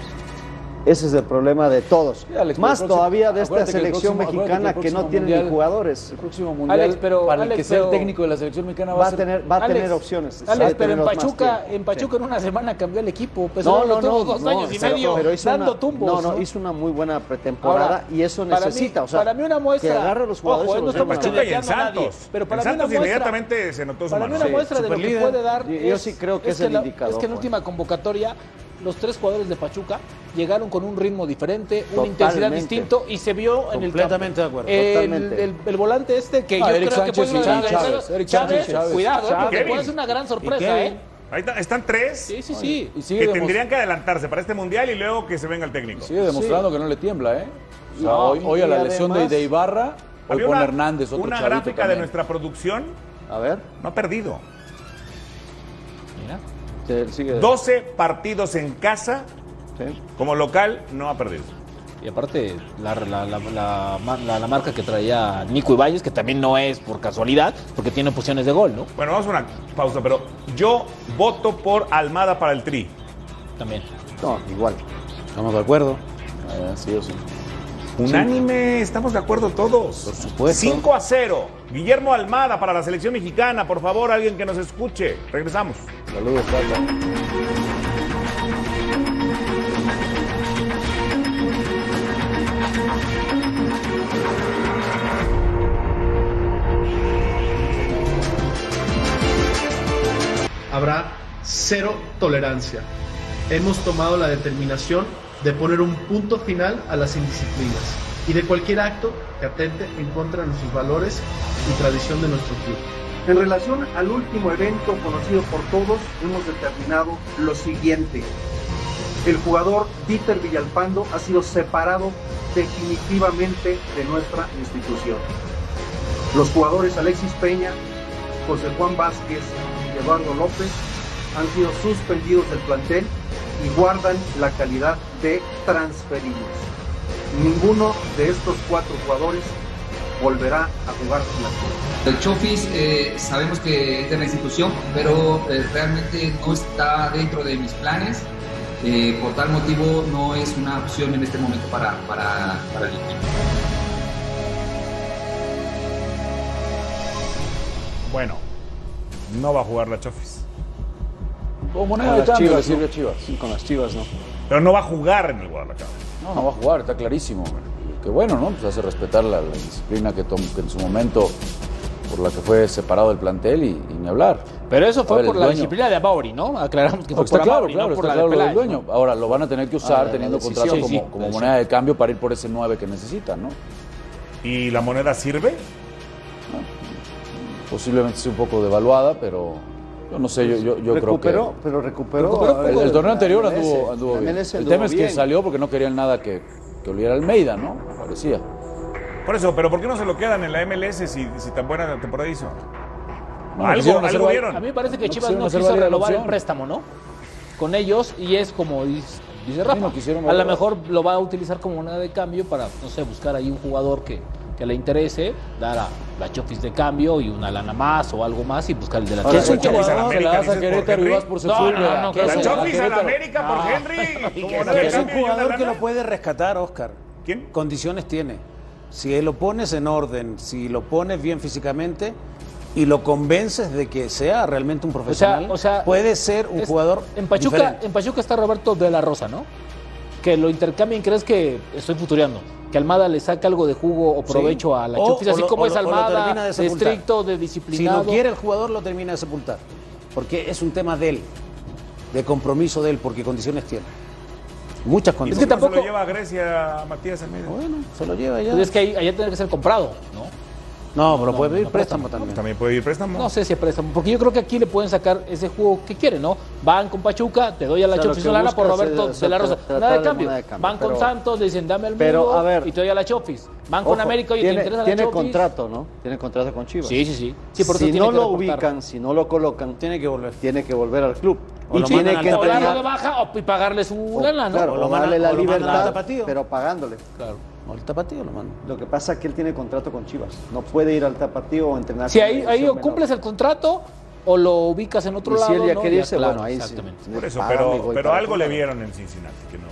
Speaker 8: Ese es el problema de todos.
Speaker 6: Alex, pero
Speaker 8: Más
Speaker 6: el próximo-
Speaker 8: todavía de esta
Speaker 6: acuérdate que el
Speaker 8: selección
Speaker 6: próximo- acuérdate
Speaker 8: mexicana
Speaker 6: que el
Speaker 8: que, no
Speaker 6: próximo
Speaker 8: tiene ni
Speaker 6: mundial-
Speaker 8: jugadores. El
Speaker 6: próximo mundial,
Speaker 9: Alex, pero-
Speaker 6: para el
Speaker 9: Alex,
Speaker 6: que sea el
Speaker 9: pero-
Speaker 6: técnico de la selección mexicana va,
Speaker 8: Va a
Speaker 6: ser-
Speaker 8: tener- va a
Speaker 9: Alex,
Speaker 8: tener opciones. va a
Speaker 9: Alex, pero
Speaker 8: tener
Speaker 9: en
Speaker 8: más
Speaker 9: Pachuca,
Speaker 8: tiempo.
Speaker 9: en Pachuca en una semana cambió el equipo. Pues
Speaker 8: No,
Speaker 9: ahora lo
Speaker 8: no,
Speaker 9: tuvo
Speaker 8: no,
Speaker 9: dos
Speaker 8: no,
Speaker 9: años y
Speaker 8: pero-
Speaker 9: medio
Speaker 8: pero hizo
Speaker 9: dando
Speaker 8: una-
Speaker 9: tumbos.
Speaker 8: No, no, hizo una muy buena pretemporada
Speaker 9: Ahora,
Speaker 8: y eso
Speaker 9: para
Speaker 8: necesita.
Speaker 9: mí-
Speaker 8: o sea,
Speaker 9: para mí una muestra-
Speaker 8: Que agarre a los jugadores.
Speaker 9: ojo,
Speaker 8: y
Speaker 9: eh, no
Speaker 8: los
Speaker 9: estamos
Speaker 8: dé.
Speaker 5: Pachuca y en
Speaker 9: Chantateando a nadie,
Speaker 5: Santos.
Speaker 9: pero para
Speaker 5: en
Speaker 9: mí una
Speaker 5: Santos
Speaker 9: muestra-
Speaker 5: inmediatamente se notó su
Speaker 9: Para mí
Speaker 5: mano.
Speaker 9: una
Speaker 5: Sí.
Speaker 9: muestra de lo que
Speaker 8: Pues superlíder.
Speaker 9: puede dar.
Speaker 8: Yo- yo sí creo que es el
Speaker 9: la-
Speaker 8: indicador, pues.
Speaker 9: Es que en
Speaker 8: Juan.
Speaker 9: última convocatoria, los tres jugadores de Pachuca llegaron con un ritmo diferente, una
Speaker 8: Totalmente.
Speaker 9: intensidad distinto y se vio en el
Speaker 7: Completamente de
Speaker 9: campo.
Speaker 7: acuerdo,
Speaker 9: El,
Speaker 7: totalmente.
Speaker 9: el- el volante este que
Speaker 6: Ah,
Speaker 9: yo
Speaker 6: Eric
Speaker 9: creo que
Speaker 6: Sánchez
Speaker 9: puede ser
Speaker 6: y
Speaker 9: una de las
Speaker 6: Chávez.
Speaker 9: grandes-
Speaker 6: Eric
Speaker 9: Chávez,
Speaker 6: Sánchez y Chávez.
Speaker 9: cuidado, eh, porque
Speaker 5: Chávez.
Speaker 9: puede ser una gran
Speaker 5: ¿Y
Speaker 9: sorpresa,
Speaker 5: Kevin?
Speaker 9: ¿eh?
Speaker 5: Ahí está- están tres
Speaker 9: Sí, sí, sí.
Speaker 6: Y
Speaker 5: que
Speaker 6: sigue, demos-
Speaker 5: tendrían que adelantarse para este mundial y luego que se venga el técnico.
Speaker 6: sigue demostrando que no le tiembla, ¿eh? O sea,
Speaker 5: No,
Speaker 6: hoy, hoy a
Speaker 5: y
Speaker 6: la lesión de,
Speaker 5: además-
Speaker 6: de Ibarra, hoy
Speaker 5: Había
Speaker 6: pone
Speaker 5: una-
Speaker 6: Hernández, otro
Speaker 5: Una
Speaker 6: chavito
Speaker 5: gráfica de
Speaker 6: también.
Speaker 5: nuestra producción
Speaker 8: A ver,
Speaker 5: no ha perdido.
Speaker 8: se- sigue.
Speaker 5: 12 partidos en casa
Speaker 8: Sí.
Speaker 5: como local no ha perdido.
Speaker 9: Y aparte, la, la- la- la- la- la marca que traía Nico Ibáñez, que también no es por casualidad, porque tiene posiciones de gol, ¿no?
Speaker 5: Bueno, vamos a una pausa, pero yo voto por Almada para el Tri.
Speaker 9: También.
Speaker 8: No, igual.
Speaker 7: Estamos de acuerdo.
Speaker 6: sí, sí.
Speaker 5: Unánime, estamos de acuerdo todos. Por
Speaker 7: supuesto.
Speaker 5: 5 a 0. Guillermo Almada para la selección mexicana. Por favor, alguien que nos escuche. Regresamos.
Speaker 6: Saludos, Tata.
Speaker 14: habrá cero tolerancia. Hemos tomado la determinación de poner un punto final a las indisciplinas y de cualquier acto que atente en contra de nuestros valores y tradición de nuestro club.
Speaker 15: En relación al último evento conocido por todos, hemos determinado lo siguiente. El jugador Dieter Villalpando ha sido separado definitivamente de nuestra institución. Los jugadores Alexis Peña, José Juan Vázquez y Eduardo López han sido suspendidos del plantel y guardan la calidad de transferidos. Ninguno de estos cuatro jugadores volverá a jugar en la Copa.
Speaker 16: El Chofis eh, sabemos que es de la institución, pero eh, realmente no está dentro de mis planes. Eh, por tal motivo no es una opción en este momento para, para, para el equipo.
Speaker 5: Bueno, no va a jugar la Chofis.
Speaker 6: Como moneda de
Speaker 8: Con las
Speaker 6: cambio le
Speaker 8: Chivas,
Speaker 6: sirve
Speaker 8: ¿no?
Speaker 6: a Chivas.
Speaker 8: Con las chivas, ¿no?
Speaker 5: Pero no va a jugar en el Guadalajara.
Speaker 6: No, no va a jugar, está clarísimo. Que bueno, ¿no? Pues hace respetar la, la disciplina que, tom- que en su momento por la que fue separado del plantel y, y ni hablar.
Speaker 9: Pero eso
Speaker 6: A
Speaker 9: fue
Speaker 6: ver,
Speaker 9: por
Speaker 6: el
Speaker 9: la
Speaker 6: dueño.
Speaker 9: disciplina de Amauri, ¿no? Aclaramos que fue
Speaker 6: Está
Speaker 9: por
Speaker 6: claro,
Speaker 9: Amauri,
Speaker 6: claro,
Speaker 9: no por
Speaker 6: está
Speaker 9: la
Speaker 6: claro
Speaker 9: de
Speaker 6: lo del
Speaker 9: Peláez.
Speaker 6: dueño. Ahora lo van a tener que
Speaker 9: Ah,
Speaker 6: usar
Speaker 9: la
Speaker 6: teniendo
Speaker 9: decisión.
Speaker 6: contrato
Speaker 9: Sí, sí,
Speaker 6: como, como
Speaker 9: la decisión.
Speaker 6: moneda de cambio para ir por ese 9 que necesitan, ¿no?
Speaker 5: ¿Y la moneda sirve?
Speaker 6: Posiblemente sea un poco devaluada, pero yo no sé, yo, yo, yo creo que.
Speaker 8: Recuperó, pero recuperó.
Speaker 6: Recuperó el, el torneo anterior
Speaker 8: La MLS,
Speaker 6: anduvo, anduvo
Speaker 8: la
Speaker 6: bien.
Speaker 8: MLS
Speaker 6: El
Speaker 8: anduvo
Speaker 6: tema es que
Speaker 8: bien.
Speaker 6: salió porque no querían nada que, que oliera Almeida, ¿no? Parecía.
Speaker 5: Por eso, pero ¿por qué no se lo quedan en la MLS si, si tan buena temporada hizo?
Speaker 9: No,
Speaker 5: algo
Speaker 9: quisieron hacer
Speaker 5: algo
Speaker 9: val-
Speaker 5: vieron.
Speaker 9: A mí me parece
Speaker 6: No
Speaker 9: que
Speaker 6: pues,
Speaker 9: Chivas
Speaker 6: quisieron
Speaker 9: no
Speaker 6: hacer
Speaker 9: quiso
Speaker 6: válida la
Speaker 9: renovar el
Speaker 6: opción.
Speaker 9: préstamo, ¿no? Con ellos y es como dice, dice Rafa.
Speaker 6: quisieron
Speaker 9: a lo
Speaker 6: valorar.
Speaker 9: mejor lo va a utilizar como moneda de cambio para, no sé, buscar ahí un jugador que, que le interese, dar a la chofis de cambio y una lana más o algo más y buscar el delantero.
Speaker 6: Ahora, Es un la Chofis a la jugador, América, te la das a dices, por Querétaro y Henry. vas por
Speaker 9: No,
Speaker 6: Sepúlveda.
Speaker 9: no,
Speaker 6: La
Speaker 9: no, que se-
Speaker 6: Chofis a la
Speaker 9: Querétaro. Ah.
Speaker 5: América por
Speaker 9: No.
Speaker 5: Henry.
Speaker 9: Y
Speaker 5: ¿Cómo no
Speaker 9: que se-
Speaker 5: le
Speaker 9: es un
Speaker 5: cambia?
Speaker 7: jugador que lo puede rescatar, Oscar.
Speaker 5: ¿Quién?
Speaker 7: Condiciones tiene. Si lo pones en orden, si lo pones bien físicamente y lo convences de que sea realmente un profesional,
Speaker 9: o sea,
Speaker 7: puede ser un
Speaker 9: es-
Speaker 7: jugador
Speaker 9: En Pachuca,
Speaker 7: diferente.
Speaker 9: en Pachuca está Roberto de la Rosa, ¿no? Que lo intercambien, ¿crees que estoy futureando? Que Almada le saca algo de jugo o
Speaker 7: Sí.
Speaker 9: provecho a la
Speaker 7: O-
Speaker 9: Chofis,
Speaker 7: o
Speaker 9: así
Speaker 7: lo-
Speaker 9: como
Speaker 7: o
Speaker 9: es
Speaker 7: lo- o lo
Speaker 9: Almada,
Speaker 7: termina de
Speaker 9: de
Speaker 7: sepultar.
Speaker 9: estricto, de
Speaker 7: Si no
Speaker 9: disciplinado.
Speaker 7: quiere el jugador, lo termina de sepultar. Porque es un tema de él, de compromiso de él, porque condiciones tiene. Muchas
Speaker 5: ¿Y por qué
Speaker 7: condiciones.
Speaker 5: no se lo lleva a Grecia a Matías Almeida?
Speaker 7: Bueno, se lo lleva ya.
Speaker 9: Pues es que ahí- allá tiene que ser comprado, ¿no?
Speaker 7: No, pero puede pedir
Speaker 9: no,
Speaker 7: préstamo
Speaker 9: préstamo.
Speaker 7: también.
Speaker 5: Pues También puede ir préstamo.
Speaker 9: No sé si es préstamo, porque yo creo que aquí le pueden sacar ese juego que quieren, ¿no? Van con Pachuca, te doy a la
Speaker 8: O sea, lo
Speaker 9: Chofis
Speaker 8: que
Speaker 9: una lana por
Speaker 8: buscas
Speaker 9: Roberto
Speaker 8: es
Speaker 9: de la Rosa.
Speaker 8: tratar
Speaker 9: Nada de
Speaker 8: de
Speaker 9: cambio.
Speaker 8: moneda de cambio,
Speaker 9: Van con
Speaker 8: pero-
Speaker 9: Santos, le dicen dame al
Speaker 8: pero,
Speaker 9: mundo
Speaker 8: a ver,
Speaker 9: y te doy a la Chofis. Van con
Speaker 8: Ojo,
Speaker 9: América y te
Speaker 8: tiene,
Speaker 9: interesa la
Speaker 8: tiene
Speaker 9: Chofis.
Speaker 8: contrato, ¿no? Tiene contrato con Chivas.
Speaker 9: Sí, sí, sí. Sí, por eso
Speaker 8: si
Speaker 9: tiene
Speaker 8: no
Speaker 9: que
Speaker 8: lo
Speaker 9: reportar.
Speaker 8: ubican, si no lo colocan,
Speaker 7: tiene que volver.
Speaker 8: Tiene que volver al club.
Speaker 9: O lo
Speaker 8: tiene
Speaker 9: mandan
Speaker 8: que
Speaker 9: a la- o darlo
Speaker 8: entregar-
Speaker 9: de baja o- y pagarle su lana, ¿no?
Speaker 8: Claro, o darle la libertad,
Speaker 7: tapatío.
Speaker 8: pero pagándole.
Speaker 9: Claro.
Speaker 7: O el tapatío lo manda.
Speaker 8: Lo que pasa es que él tiene contrato con Chivas. No puede ir al tapatío o entrenar.
Speaker 9: Si
Speaker 8: con
Speaker 9: ahí,
Speaker 8: la
Speaker 9: ahí o
Speaker 8: división
Speaker 9: cumples el contrato o lo ubicas en otro
Speaker 8: Y si
Speaker 9: lado.
Speaker 8: él ya
Speaker 9: ¿no?
Speaker 8: quiere irse,
Speaker 9: claro,
Speaker 8: bueno, ahí sí.
Speaker 9: exactamente.
Speaker 5: Por eso,
Speaker 8: Págame,
Speaker 5: pero,
Speaker 8: voy
Speaker 5: pero
Speaker 8: para
Speaker 5: algo
Speaker 8: otro
Speaker 5: le
Speaker 8: lado.
Speaker 5: vieron en Cincinnati que no.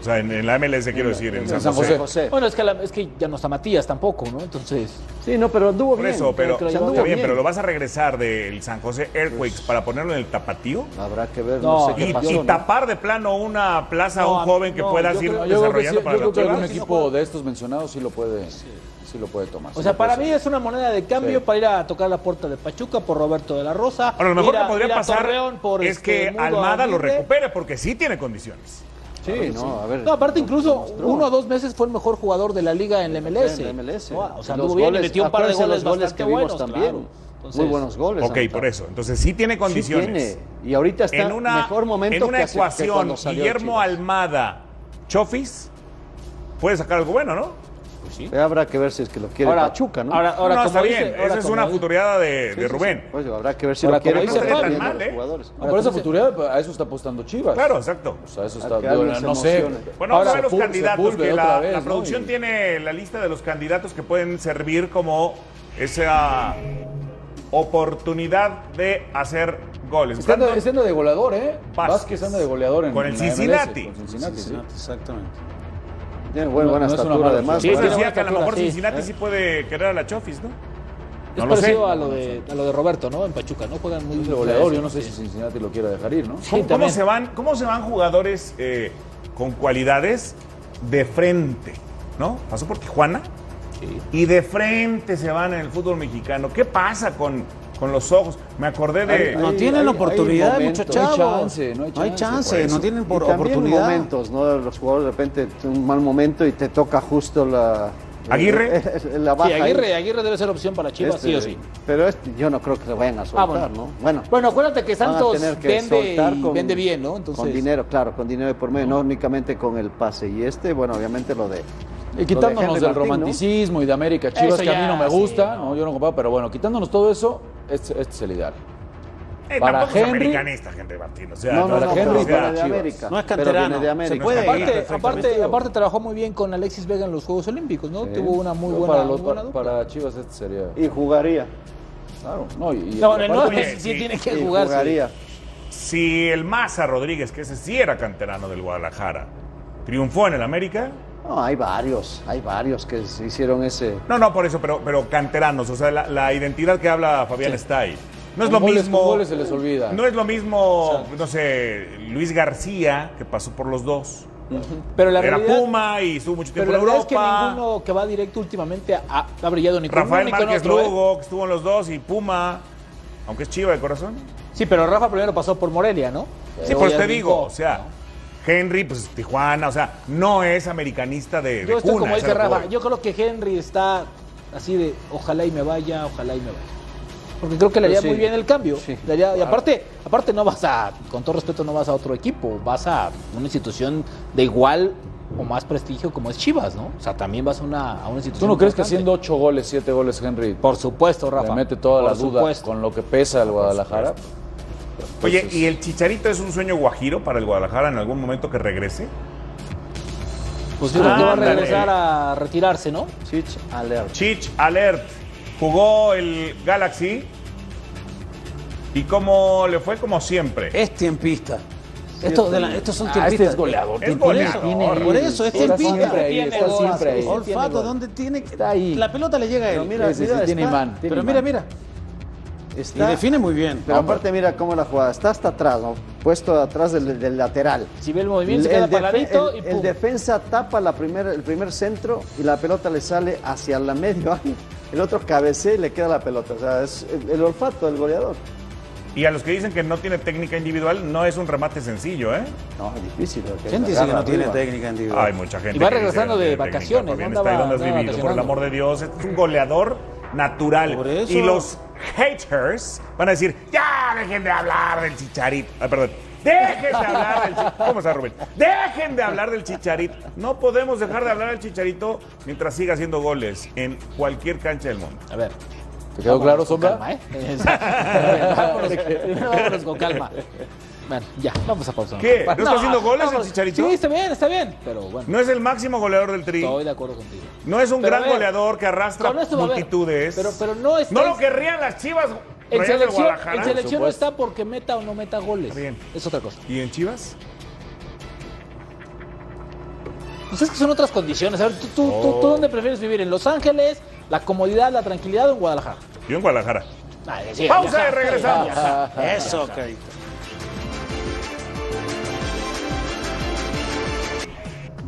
Speaker 5: O sea, en, en la MLS quiero decir, en, San, José.
Speaker 9: Bueno, es que, la- es que ya no está Matías tampoco, ¿no? Entonces.
Speaker 8: Sí, no, pero anduvo
Speaker 5: Por eso, pero está bien, pero lo vas a regresar del San José Earthquakes para ponerlo en el tapatío.
Speaker 8: Habrá que ver,
Speaker 9: no sé qué
Speaker 5: y,
Speaker 9: pasó,
Speaker 5: y
Speaker 9: ¿no?
Speaker 5: tapar de plano una plaza a
Speaker 6: No,
Speaker 5: un joven que
Speaker 6: no,
Speaker 5: puedas
Speaker 6: yo
Speaker 5: ir
Speaker 6: creo- yo creo que
Speaker 5: desarrollando
Speaker 6: sí,
Speaker 5: para
Speaker 6: yo creo
Speaker 5: la
Speaker 6: que algún
Speaker 5: Chivas.
Speaker 6: equipo de estos mencionados sí lo puede, sí lo puede tomar.
Speaker 9: O sea, para mí es una moneda de cambio
Speaker 6: Sí.
Speaker 9: para ir a tocar la puerta de Pachuca por Roberto de la Rosa.
Speaker 5: Ahora, lo mejor
Speaker 9: ir a-
Speaker 5: que podría
Speaker 9: ir a
Speaker 5: pasar
Speaker 9: Torreón por
Speaker 5: es
Speaker 9: este
Speaker 5: que
Speaker 9: Mudo
Speaker 5: Almada lo
Speaker 9: Aguirre.
Speaker 5: recupere porque sí tiene condiciones.
Speaker 8: Sí, no, a ver.
Speaker 9: No, aparte incluso uno o dos meses fue el mejor jugador de la liga en la MLS.
Speaker 8: en la MLS.
Speaker 9: No, o sea,
Speaker 8: Los
Speaker 9: anduvo bien y
Speaker 8: goles,
Speaker 9: metió un par de
Speaker 8: acuérdense
Speaker 9: goles,
Speaker 8: los goles
Speaker 9: bastante
Speaker 8: que vimos
Speaker 9: buenos,
Speaker 8: también.
Speaker 9: claro.
Speaker 8: Muy buenos goles.
Speaker 5: Ok, por eso. Entonces sí tiene condiciones.
Speaker 8: Sí tiene. Y ahorita está
Speaker 5: en una,
Speaker 8: mejor momento
Speaker 5: en una
Speaker 8: que hace- que
Speaker 5: ecuación,
Speaker 8: cuando salió
Speaker 5: Guillermo
Speaker 8: Chivas.
Speaker 5: Almada, Chofis, puede sacar algo bueno, ¿no?
Speaker 8: Eh, Habrá que ver si es que lo quiere
Speaker 9: Ahora-
Speaker 8: Pachuca, ¿no?
Speaker 9: ahora- ahora,
Speaker 5: no,
Speaker 9: como
Speaker 5: está
Speaker 9: dice-
Speaker 5: bien.
Speaker 9: ahora
Speaker 5: Esa es
Speaker 9: como
Speaker 5: una
Speaker 9: dice-
Speaker 5: futureada de,
Speaker 8: Sí,
Speaker 5: de
Speaker 8: sí,
Speaker 5: Rubén.
Speaker 8: sí. Pues habrá que ver si
Speaker 6: Ahora,
Speaker 8: lo quiere.
Speaker 6: como
Speaker 8: o
Speaker 6: dice
Speaker 8: no
Speaker 6: Fabi,
Speaker 8: quiere
Speaker 5: mal,
Speaker 8: los
Speaker 5: ¿eh?
Speaker 8: jugadores.
Speaker 6: No, por esa futuridad, a eso está apostando Chivas.
Speaker 5: Claro, exacto.
Speaker 6: O sea, eso
Speaker 8: Al
Speaker 6: está.
Speaker 8: que
Speaker 6: digo,
Speaker 8: alguien se
Speaker 6: no sé.
Speaker 8: emocione.
Speaker 5: Bueno, vamos a ver los
Speaker 6: Sepú-
Speaker 5: candidatos, que
Speaker 6: Sepúlveda
Speaker 5: la,
Speaker 6: otra vez,
Speaker 5: la
Speaker 6: ¿no?
Speaker 5: producción
Speaker 6: Y-
Speaker 5: tiene la lista de los candidatos que pueden servir como esa oportunidad de hacer goles.
Speaker 6: Está andando-
Speaker 5: Brandon
Speaker 6: está andando de goleador, ¿eh?
Speaker 5: Vázquez.
Speaker 6: Vázquez anda de goleador en
Speaker 5: Con el
Speaker 6: en la MLS,
Speaker 5: Cincinnati.
Speaker 6: Con Cincinnati, sí.
Speaker 7: Exactamente.
Speaker 8: Tiene buen-
Speaker 6: No, no
Speaker 8: buena
Speaker 6: es una
Speaker 8: estatura,
Speaker 6: mala
Speaker 8: además.
Speaker 5: Sí,
Speaker 8: ¿no?
Speaker 5: se decía que a lo
Speaker 9: estatura,
Speaker 5: mejor
Speaker 9: sí.
Speaker 5: Cincinnati sí puede querer a la Chofis, ¿no?
Speaker 9: Es
Speaker 5: No lo sé.
Speaker 9: parecido a, lo de, a lo de Roberto, ¿no? En Pachuca, ¿no? Juegan muy
Speaker 6: Es de goleador, yo no
Speaker 9: Sí.
Speaker 6: sé si Cincinnati lo quiera dejar ir, ¿no?
Speaker 9: Sí,
Speaker 5: ¿Cómo, cómo
Speaker 9: también.
Speaker 5: se van, ¿Cómo se van jugadores eh, con cualidades de frente? ¿No? Pasó por Tijuana y de frente se van en el fútbol mexicano. ¿Qué pasa con, con los ojos? Me acordé de.
Speaker 7: no tienen oportunidad,
Speaker 6: momento,
Speaker 7: muchos
Speaker 6: no hay
Speaker 7: chavos.
Speaker 6: chance, no hay chance,
Speaker 7: chance,
Speaker 6: por eso.
Speaker 7: no tienen por
Speaker 8: y también
Speaker 7: oportunidad.
Speaker 8: momentos, ¿no? Los jugadores de repente tienen un mal momento y te toca justo la.
Speaker 5: Aguirre.
Speaker 8: La
Speaker 9: Sí,
Speaker 8: baja. ahí.
Speaker 9: Aguirre, Aguirre debe ser opción para Chivas,
Speaker 8: Este,
Speaker 9: sí o sí.
Speaker 8: Pero este, yo no creo que lo vayan a
Speaker 9: Ah,
Speaker 8: soltar,
Speaker 9: bueno.
Speaker 8: ¿no? Bueno,
Speaker 9: Bueno, acuérdate que
Speaker 8: van a
Speaker 9: Santos
Speaker 8: tener que
Speaker 9: vende,
Speaker 8: soltar
Speaker 9: y
Speaker 8: con-
Speaker 9: vende bien, ¿no? Entonces,
Speaker 8: Con dinero, claro, con dinero de por medio, no únicamente con el pase. Y este, bueno, obviamente lo de.
Speaker 6: Y quitándonos
Speaker 8: Henry
Speaker 6: del
Speaker 8: Martín,
Speaker 6: romanticismo y de América Chivas,
Speaker 9: Eso
Speaker 6: que a mí
Speaker 9: ya,
Speaker 6: no me
Speaker 9: sí,
Speaker 6: gusta, no, yo no comparo, pero bueno, quitándonos todo eso, este, este es el ideal.
Speaker 5: Eh,
Speaker 6: para
Speaker 5: tampoco es
Speaker 6: Henry-
Speaker 5: americanista, Henry Martín. O sea,
Speaker 8: No, no,
Speaker 5: es
Speaker 8: no,
Speaker 5: que-
Speaker 8: pero
Speaker 5: o sea,
Speaker 8: viene de América.
Speaker 7: No es
Speaker 8: Pero
Speaker 7: canterano.
Speaker 8: viene de América.
Speaker 7: Se puede
Speaker 5: escapa.
Speaker 7: ir.
Speaker 9: aparte,
Speaker 5: perfectamente.
Speaker 9: aparte, aparte trabajó muy bien con Alexis Vega en los Juegos Olímpicos, ¿no? Tuvo una muy
Speaker 6: Yo
Speaker 9: buena,
Speaker 6: para, los-
Speaker 9: muy buena
Speaker 6: para-
Speaker 9: dupla.
Speaker 6: para Chivas este sería.
Speaker 8: Y jugaría.
Speaker 6: Claro, no, y, y-
Speaker 9: No, bueno, el
Speaker 6: aparte-
Speaker 9: nueve
Speaker 5: oye,
Speaker 9: sí,
Speaker 5: sí.
Speaker 9: tiene
Speaker 8: Y
Speaker 9: que jugar. sí.
Speaker 8: jugaría.
Speaker 5: Si el Maza Rodríguez, que ese sí era canterano del Guadalajara, triunfó en el América.
Speaker 8: No, hay varios, hay varios que se hicieron ese.
Speaker 5: No, no, por eso, pero, pero canteranos. O sea, la, la identidad que habla Fabián está ahí. No es
Speaker 6: Con
Speaker 5: lo
Speaker 6: goles-
Speaker 5: mismo.
Speaker 6: con goles se les olvida.
Speaker 5: No es lo mismo, no sé, Luis García, que pasó por los dos.
Speaker 9: Pero la
Speaker 5: era
Speaker 9: realidad,
Speaker 5: Puma y estuvo mucho
Speaker 9: pero
Speaker 5: tiempo
Speaker 9: la
Speaker 5: en
Speaker 9: realidad es
Speaker 5: Europa.
Speaker 9: que ninguno que va directo últimamente ha, ha brillado ni con uno
Speaker 5: Rafael
Speaker 9: ni con
Speaker 5: Márquez
Speaker 9: otro. ¿eh?
Speaker 5: Lugo, que estuvo en los dos, y Puma. Aunque es chiva de corazón.
Speaker 9: Sí, pero Rafa primero pasó por Morelia, ¿no?
Speaker 5: Sí, pues te digo, o sea, Henry, pues Tijuana, o sea, no es americanista de, de
Speaker 9: Yo estoy
Speaker 5: cuna,
Speaker 9: como
Speaker 5: es a
Speaker 9: dice
Speaker 5: lo que
Speaker 9: Rafa,
Speaker 5: voy.
Speaker 9: yo creo que Henry está así de ojalá y me vaya, ojalá y me vaya. Porque creo que le haría
Speaker 17: Sí.
Speaker 9: muy bien el cambio. Le haría- y
Speaker 17: claro.
Speaker 9: aparte, aparte no vas a, con todo respeto, no vas a otro equipo, vas a una institución de igual o más prestigio como es Chivas, ¿no? O sea, también vas a una, a una
Speaker 6: ¿Tú
Speaker 9: institución
Speaker 6: no crees que
Speaker 9: importante.
Speaker 6: haciendo ocho goles, siete goles, Henry?
Speaker 9: Por supuesto,
Speaker 6: Rafa. Le mete toda
Speaker 9: Por
Speaker 6: la duda
Speaker 9: supuesto.
Speaker 6: con lo que pesa el Guadalajara.
Speaker 5: Oye,
Speaker 9: Pues,
Speaker 5: ¿y el Chicharito es un sueño guajiro para el Guadalajara en algún momento que regrese?
Speaker 9: Pues yo creo que va a
Speaker 5: Ándale.
Speaker 9: regresar a retirarse, ¿no?
Speaker 8: Chich alert.
Speaker 5: Chich alert. Jugó el Galaxy. ¿Y cómo le fue? Como siempre.
Speaker 9: Eh,
Speaker 7: Es tiempista.
Speaker 5: Sí,
Speaker 7: Estos, de la-
Speaker 5: sí.
Speaker 7: estos son
Speaker 5: Ah,
Speaker 7: tiempistas.
Speaker 5: este es goleador,
Speaker 7: Es
Speaker 5: tiempo.
Speaker 7: goleador.
Speaker 5: Tiene-
Speaker 7: Por eso, por eso es
Speaker 5: Está
Speaker 7: tiempista.
Speaker 5: siempre ahí, está siempre ahí. Tiene
Speaker 7: Olfato,
Speaker 5: gol.
Speaker 7: ¿dónde tiene? La pelota le llega a él.
Speaker 8: Pero mira, mira, está-
Speaker 7: pero mira, mira.
Speaker 8: Está-
Speaker 7: Y define muy bien.
Speaker 8: Pero aparte, mira cómo la jugada. Está hasta atrás, ¿no? Puesto atrás del, del lateral.
Speaker 9: Si ve el movimiento, se queda
Speaker 8: defe-
Speaker 9: paradito
Speaker 8: el-
Speaker 9: y
Speaker 8: el
Speaker 9: pum.
Speaker 8: defensa tapa la primer- el primer centro y la pelota le sale hacia la medio área. El otro cabecea y le queda la pelota. O sea, es el, el olfato del goleador.
Speaker 5: Y a los que dicen que no tiene técnica individual, no es un remate sencillo, ¿eh?
Speaker 8: No, es difícil.
Speaker 7: ¿Quién dice que no tiene técnica individual?
Speaker 5: Hay mucha gente.
Speaker 7: Y va
Speaker 5: que dice
Speaker 7: regresando
Speaker 5: que no
Speaker 7: de
Speaker 5: tiene técnica,
Speaker 7: vacaciones,
Speaker 5: Fabián,
Speaker 7: ¿no?
Speaker 5: está ahí
Speaker 7: Andaba-
Speaker 5: donde has
Speaker 7: andaba
Speaker 5: vivido, por el
Speaker 7: vacacionando.
Speaker 5: amor de Dios. Es un goleador natural.
Speaker 7: eso.
Speaker 5: Y los haters van a decir, ya dejen de hablar del chicharito. Ay, perdón. Dejen de hablar del chicharito. ¿Cómo está, Rubén? Dejen de hablar del chicharito. No podemos dejar de hablar del chicharito mientras siga haciendo goles en cualquier cancha del mundo.
Speaker 9: A ver.
Speaker 6: ¿Te quedó claro, Sombra?
Speaker 9: vámonos, primero ¿eh? vámonos con calma. Bueno, ya, vamos a pausar.
Speaker 5: ¿Qué? ¿No está haciendo goles el
Speaker 9: vámonos.
Speaker 5: Chicharito?
Speaker 9: Sí, está bien, está bien. Pero bueno.
Speaker 5: No es el máximo goleador del tri.
Speaker 9: Estoy de acuerdo contigo.
Speaker 5: No es un
Speaker 9: Pero a
Speaker 5: gran
Speaker 9: ver,
Speaker 5: goleador que arrastra
Speaker 9: con esto va a ver.
Speaker 5: multitudes.
Speaker 9: Pero- pero no está-
Speaker 5: lo querrían las chivas.
Speaker 9: En
Speaker 5: Rayados del
Speaker 9: selección,
Speaker 5: Guadalajara.
Speaker 9: en selección no
Speaker 5: Por
Speaker 9: está porque meta o no meta goles. Es otra cosa.
Speaker 5: ¿Y en Chivas?
Speaker 9: Pues es que son otras condiciones. A ver, ¿tú, tú, tú-
Speaker 5: Oh.
Speaker 9: tú dónde prefieres vivir? ¿En Los Ángeles? ¿La comodidad, la tranquilidad o en Guadalajara?
Speaker 5: Yo en Guadalajara.
Speaker 9: Ay,
Speaker 5: Pausa
Speaker 9: viajar,
Speaker 5: y regresamos.
Speaker 9: viajar.
Speaker 7: Eso,
Speaker 9: Viajar.
Speaker 7: carito.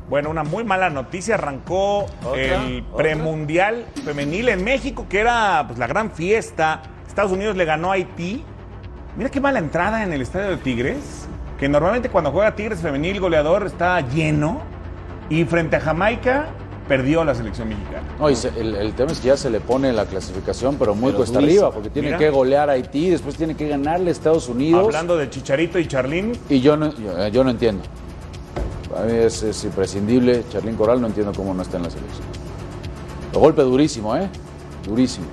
Speaker 5: Bueno, una muy mala noticia. Arrancó el
Speaker 18: ¿Otra?
Speaker 5: premundial femenil en México, que era pues, la gran fiesta. Estados Unidos le ganó a Haití. Mira qué mala entrada en el estadio de Tigres, que normalmente cuando juega Tigres femenil goleador está lleno. Y frente a Jamaica perdió la selección mexicana.
Speaker 6: No, y se- el, el tema es que ya se le pone la clasificación, pero muy
Speaker 5: Pero
Speaker 6: cuesta
Speaker 5: durísima.
Speaker 6: arriba, porque tiene
Speaker 5: Mira.
Speaker 6: que golear a Haití, después tiene que ganarle a Estados Unidos.
Speaker 5: Hablando de Chicharito y Charlín.
Speaker 6: Y yo no, yo, yo no entiendo. Para mí es, es imprescindible. Charlín Coral no entiendo cómo no está en la selección. Lo golpe durísimo, ¿eh? Durísimo.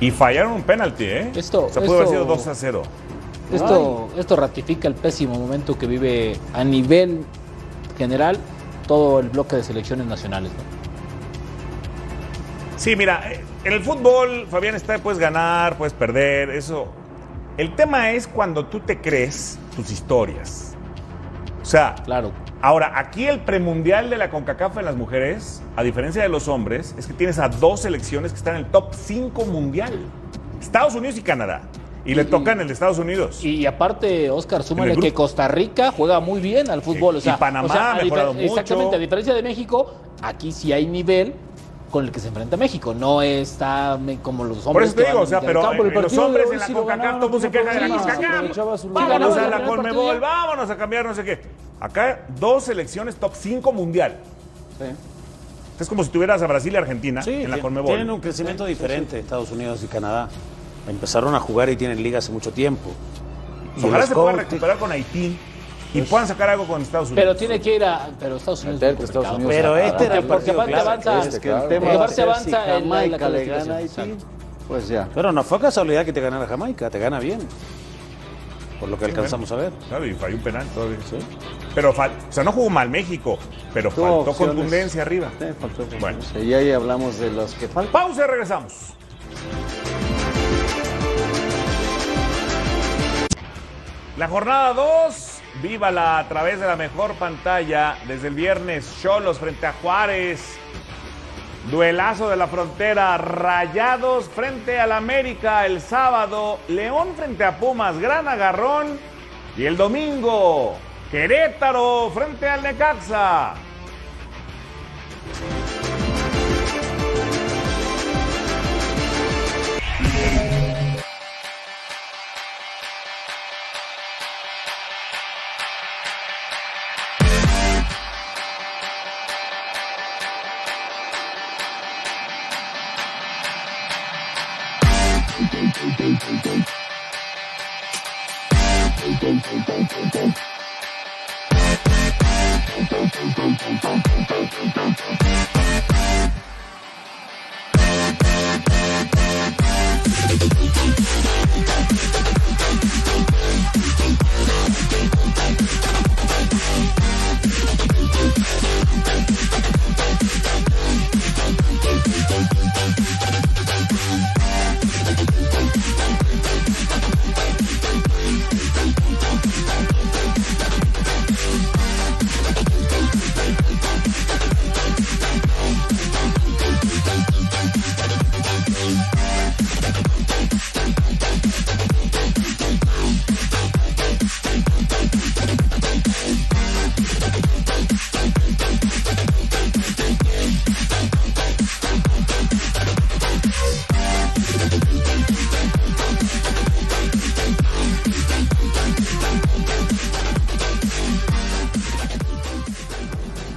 Speaker 5: Y fallaron un penalti, ¿eh?
Speaker 9: Esto,
Speaker 5: O sea, pudo haber
Speaker 9: esto-
Speaker 5: sido 2 a 0.
Speaker 9: Esto, esto ratifica el pésimo momento que vive a nivel general todo el bloque de selecciones nacionales. ¿no?
Speaker 5: Sí, mira, eh, en el fútbol, Fabián, está, puedes ganar, puedes perder, eso. El tema es cuando tú te crees tus historias. O sea,
Speaker 9: claro.
Speaker 5: Ahora, aquí el premundial de la CONCACAF en las mujeres, a diferencia de los hombres, es que tienes a dos selecciones que están en el top 5 mundial. Estados Unidos y Canadá. Y, le tocan el de Estados Unidos.
Speaker 9: Y aparte, Oscar, súmale
Speaker 5: grupo.
Speaker 9: que Costa Rica juega muy bien al fútbol.
Speaker 5: Y-
Speaker 9: o sea,
Speaker 5: y Panamá
Speaker 9: o sea,
Speaker 5: ha
Speaker 9: a difer-
Speaker 5: mejorado mucho.
Speaker 9: Exactamente, a diferencia de México, aquí sí hay nivel con el que se enfrenta México. No está me- como los hombres.
Speaker 5: Por eso te
Speaker 9: que
Speaker 5: digo,
Speaker 9: van
Speaker 5: o sea,
Speaker 9: al
Speaker 5: pero
Speaker 9: campo.
Speaker 5: eh, los hombres en la CONCACAF, todo se queja de la
Speaker 9: problema,
Speaker 5: CONCACAF.
Speaker 9: aprovechaba su
Speaker 5: Vámonos
Speaker 9: lugar.
Speaker 5: a la
Speaker 9: Ganó el
Speaker 5: CONMEBOL,
Speaker 9: partido.
Speaker 5: vámonos a cambiar no sé qué. Acá dos selecciones top 5 mundial. Es como si tuvieras a Brasil y Argentina en la
Speaker 7: tien-
Speaker 5: CONMEBOL.
Speaker 7: Tienen un crecimiento diferente Estados Unidos y Canadá. Empezaron a jugar y tienen liga hace mucho tiempo. Y
Speaker 5: Ojalá
Speaker 7: los
Speaker 5: se pueda
Speaker 7: cortes-
Speaker 5: recuperar con Haití y puedan sacar algo con Estados Unidos.
Speaker 9: Pero tiene que ir a. Pero Estados Unidos.
Speaker 5: Meter
Speaker 9: es muy
Speaker 5: que Estados
Speaker 9: complicado.
Speaker 5: Unidos Pero
Speaker 9: Porque-
Speaker 5: este era el
Speaker 9: Porque
Speaker 5: partido
Speaker 9: aparte
Speaker 5: clave.
Speaker 9: avanza.
Speaker 5: Este,
Speaker 7: claro.
Speaker 9: porque
Speaker 7: El tema va a
Speaker 9: aparte
Speaker 7: ser
Speaker 9: avanza
Speaker 7: si
Speaker 9: en la- en la
Speaker 7: Jamaica le gana a
Speaker 9: clasificación.
Speaker 7: Haití.
Speaker 9: Exacto.
Speaker 8: Pues ya.
Speaker 7: Pero no fue casualidad que te ganara Jamaica, te gana bien. Por lo que alcanzamos a ver.
Speaker 5: Claro, y falló un penal todavía. Pero fal- o sea, no jugó mal México, pero
Speaker 8: Tuvo
Speaker 5: faltó
Speaker 8: opciones.
Speaker 5: contundencia arriba. Bueno.
Speaker 8: Y ahí hablamos de los que faltan.
Speaker 5: Pausa y regresamos. La jornada 2, vívala a través de la mejor pantalla. Desde el viernes, Cholos frente a Juárez. Duelazo de la frontera, Rayados frente al América el sábado, León frente a Pumas, gran agarrón. Y el domingo, Querétaro frente al Necaxa.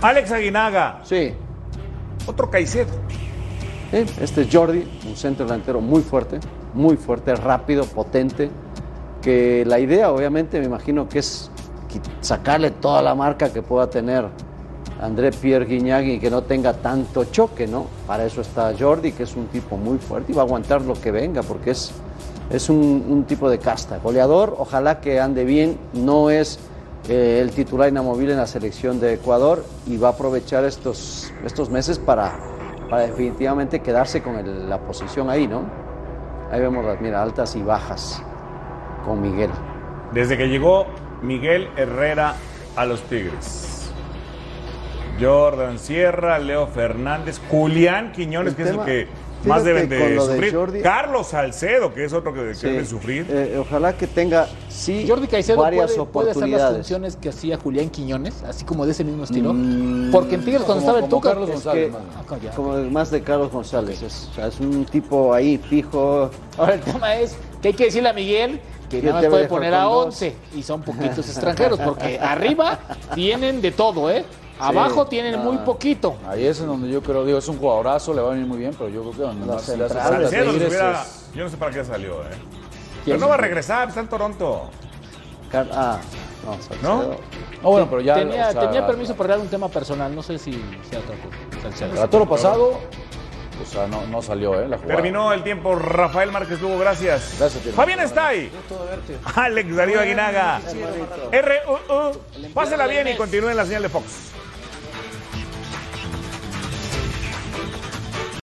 Speaker 5: Alex Aguinaga.
Speaker 8: Sí.
Speaker 5: Otro Caicedo.
Speaker 8: Sí, este es Jordi, un centro delantero muy fuerte, muy fuerte, rápido, potente. Que la idea, obviamente, me imagino que es qui- sacarle toda la marca que pueda tener André Pierre Guiñagui y que no tenga tanto choque, ¿no? Para eso está Jordi, que es un tipo muy fuerte y va a aguantar lo que venga, porque es, es un, un tipo de casta. Goleador, ojalá que ande bien, no es eh, el titular inamovible en la selección de Ecuador y va a aprovechar estos, estos meses para, para definitivamente quedarse con el- la posición ahí, ¿no? Ahí vemos las, mira, altas y bajas con Miguel.
Speaker 5: Desde que llegó Miguel Herrera a los Tigres. Jordan Sierra, Leo Fernández, Julián Quiñones,
Speaker 8: El
Speaker 5: que
Speaker 8: tema-
Speaker 5: es el que más
Speaker 8: fíjate
Speaker 5: deben
Speaker 8: con
Speaker 5: de
Speaker 8: lo de
Speaker 5: sufrir.
Speaker 8: Jordi-
Speaker 5: Carlos Salcedo, que es otro que, que
Speaker 8: Sí.
Speaker 5: debe sufrir.
Speaker 8: Eh, ojalá que tenga, sí,
Speaker 9: Jordi Caicedo
Speaker 8: varias
Speaker 9: puede, puede hacer las
Speaker 8: oportunidades.
Speaker 9: funciones que hacía Julián Quiñones, así como de ese mismo estilo. Porque en Tigres cuando
Speaker 8: Mm, Como-
Speaker 9: estaba el
Speaker 8: como
Speaker 9: Tuca,
Speaker 8: Carlos
Speaker 9: es
Speaker 8: González,
Speaker 9: que-
Speaker 8: más.
Speaker 9: Ah, calla.
Speaker 8: Como el más de Carlos González. Es, o sea, es un tipo ahí fijo.
Speaker 9: Ahora el tema es que hay que decirle a Miguel que
Speaker 8: Yo
Speaker 9: nada
Speaker 8: te
Speaker 9: más
Speaker 8: voy a
Speaker 9: puede
Speaker 8: dejar
Speaker 9: poner
Speaker 8: con
Speaker 9: a
Speaker 8: dos.
Speaker 9: 11 y son poquitos extranjeros, porque arriba tienen de todo, ¿eh? Abajo tienen
Speaker 6: no.
Speaker 9: muy poquito.
Speaker 6: Ahí es en donde yo creo, digo, es un jugadorazo, le va a venir muy bien, pero yo creo que donde más se le hace falta a
Speaker 5: Salcedo, si
Speaker 6: Tigres
Speaker 5: hubiera-
Speaker 6: es-
Speaker 5: yo no sé para qué salió, ¿eh? Pero no va a regresar, está en Toronto.
Speaker 8: ah,
Speaker 5: no,
Speaker 6: No, bueno, pero ya,
Speaker 9: Tenía,
Speaker 6: o sea,
Speaker 9: tenía permiso para dar un tema personal, no sé si sea otra cosa. Salcedo.
Speaker 6: Para todo lo pasado, o sea, no, no salió, ¿eh? La jugada.
Speaker 5: Terminó el tiempo, Rafael Márquez Lugo, gracias. Gracias,
Speaker 6: Tino.
Speaker 5: Fabián está ahí. Alex Darío Aguinaga. RUU. Pásela bien y continúen la señal de Fox.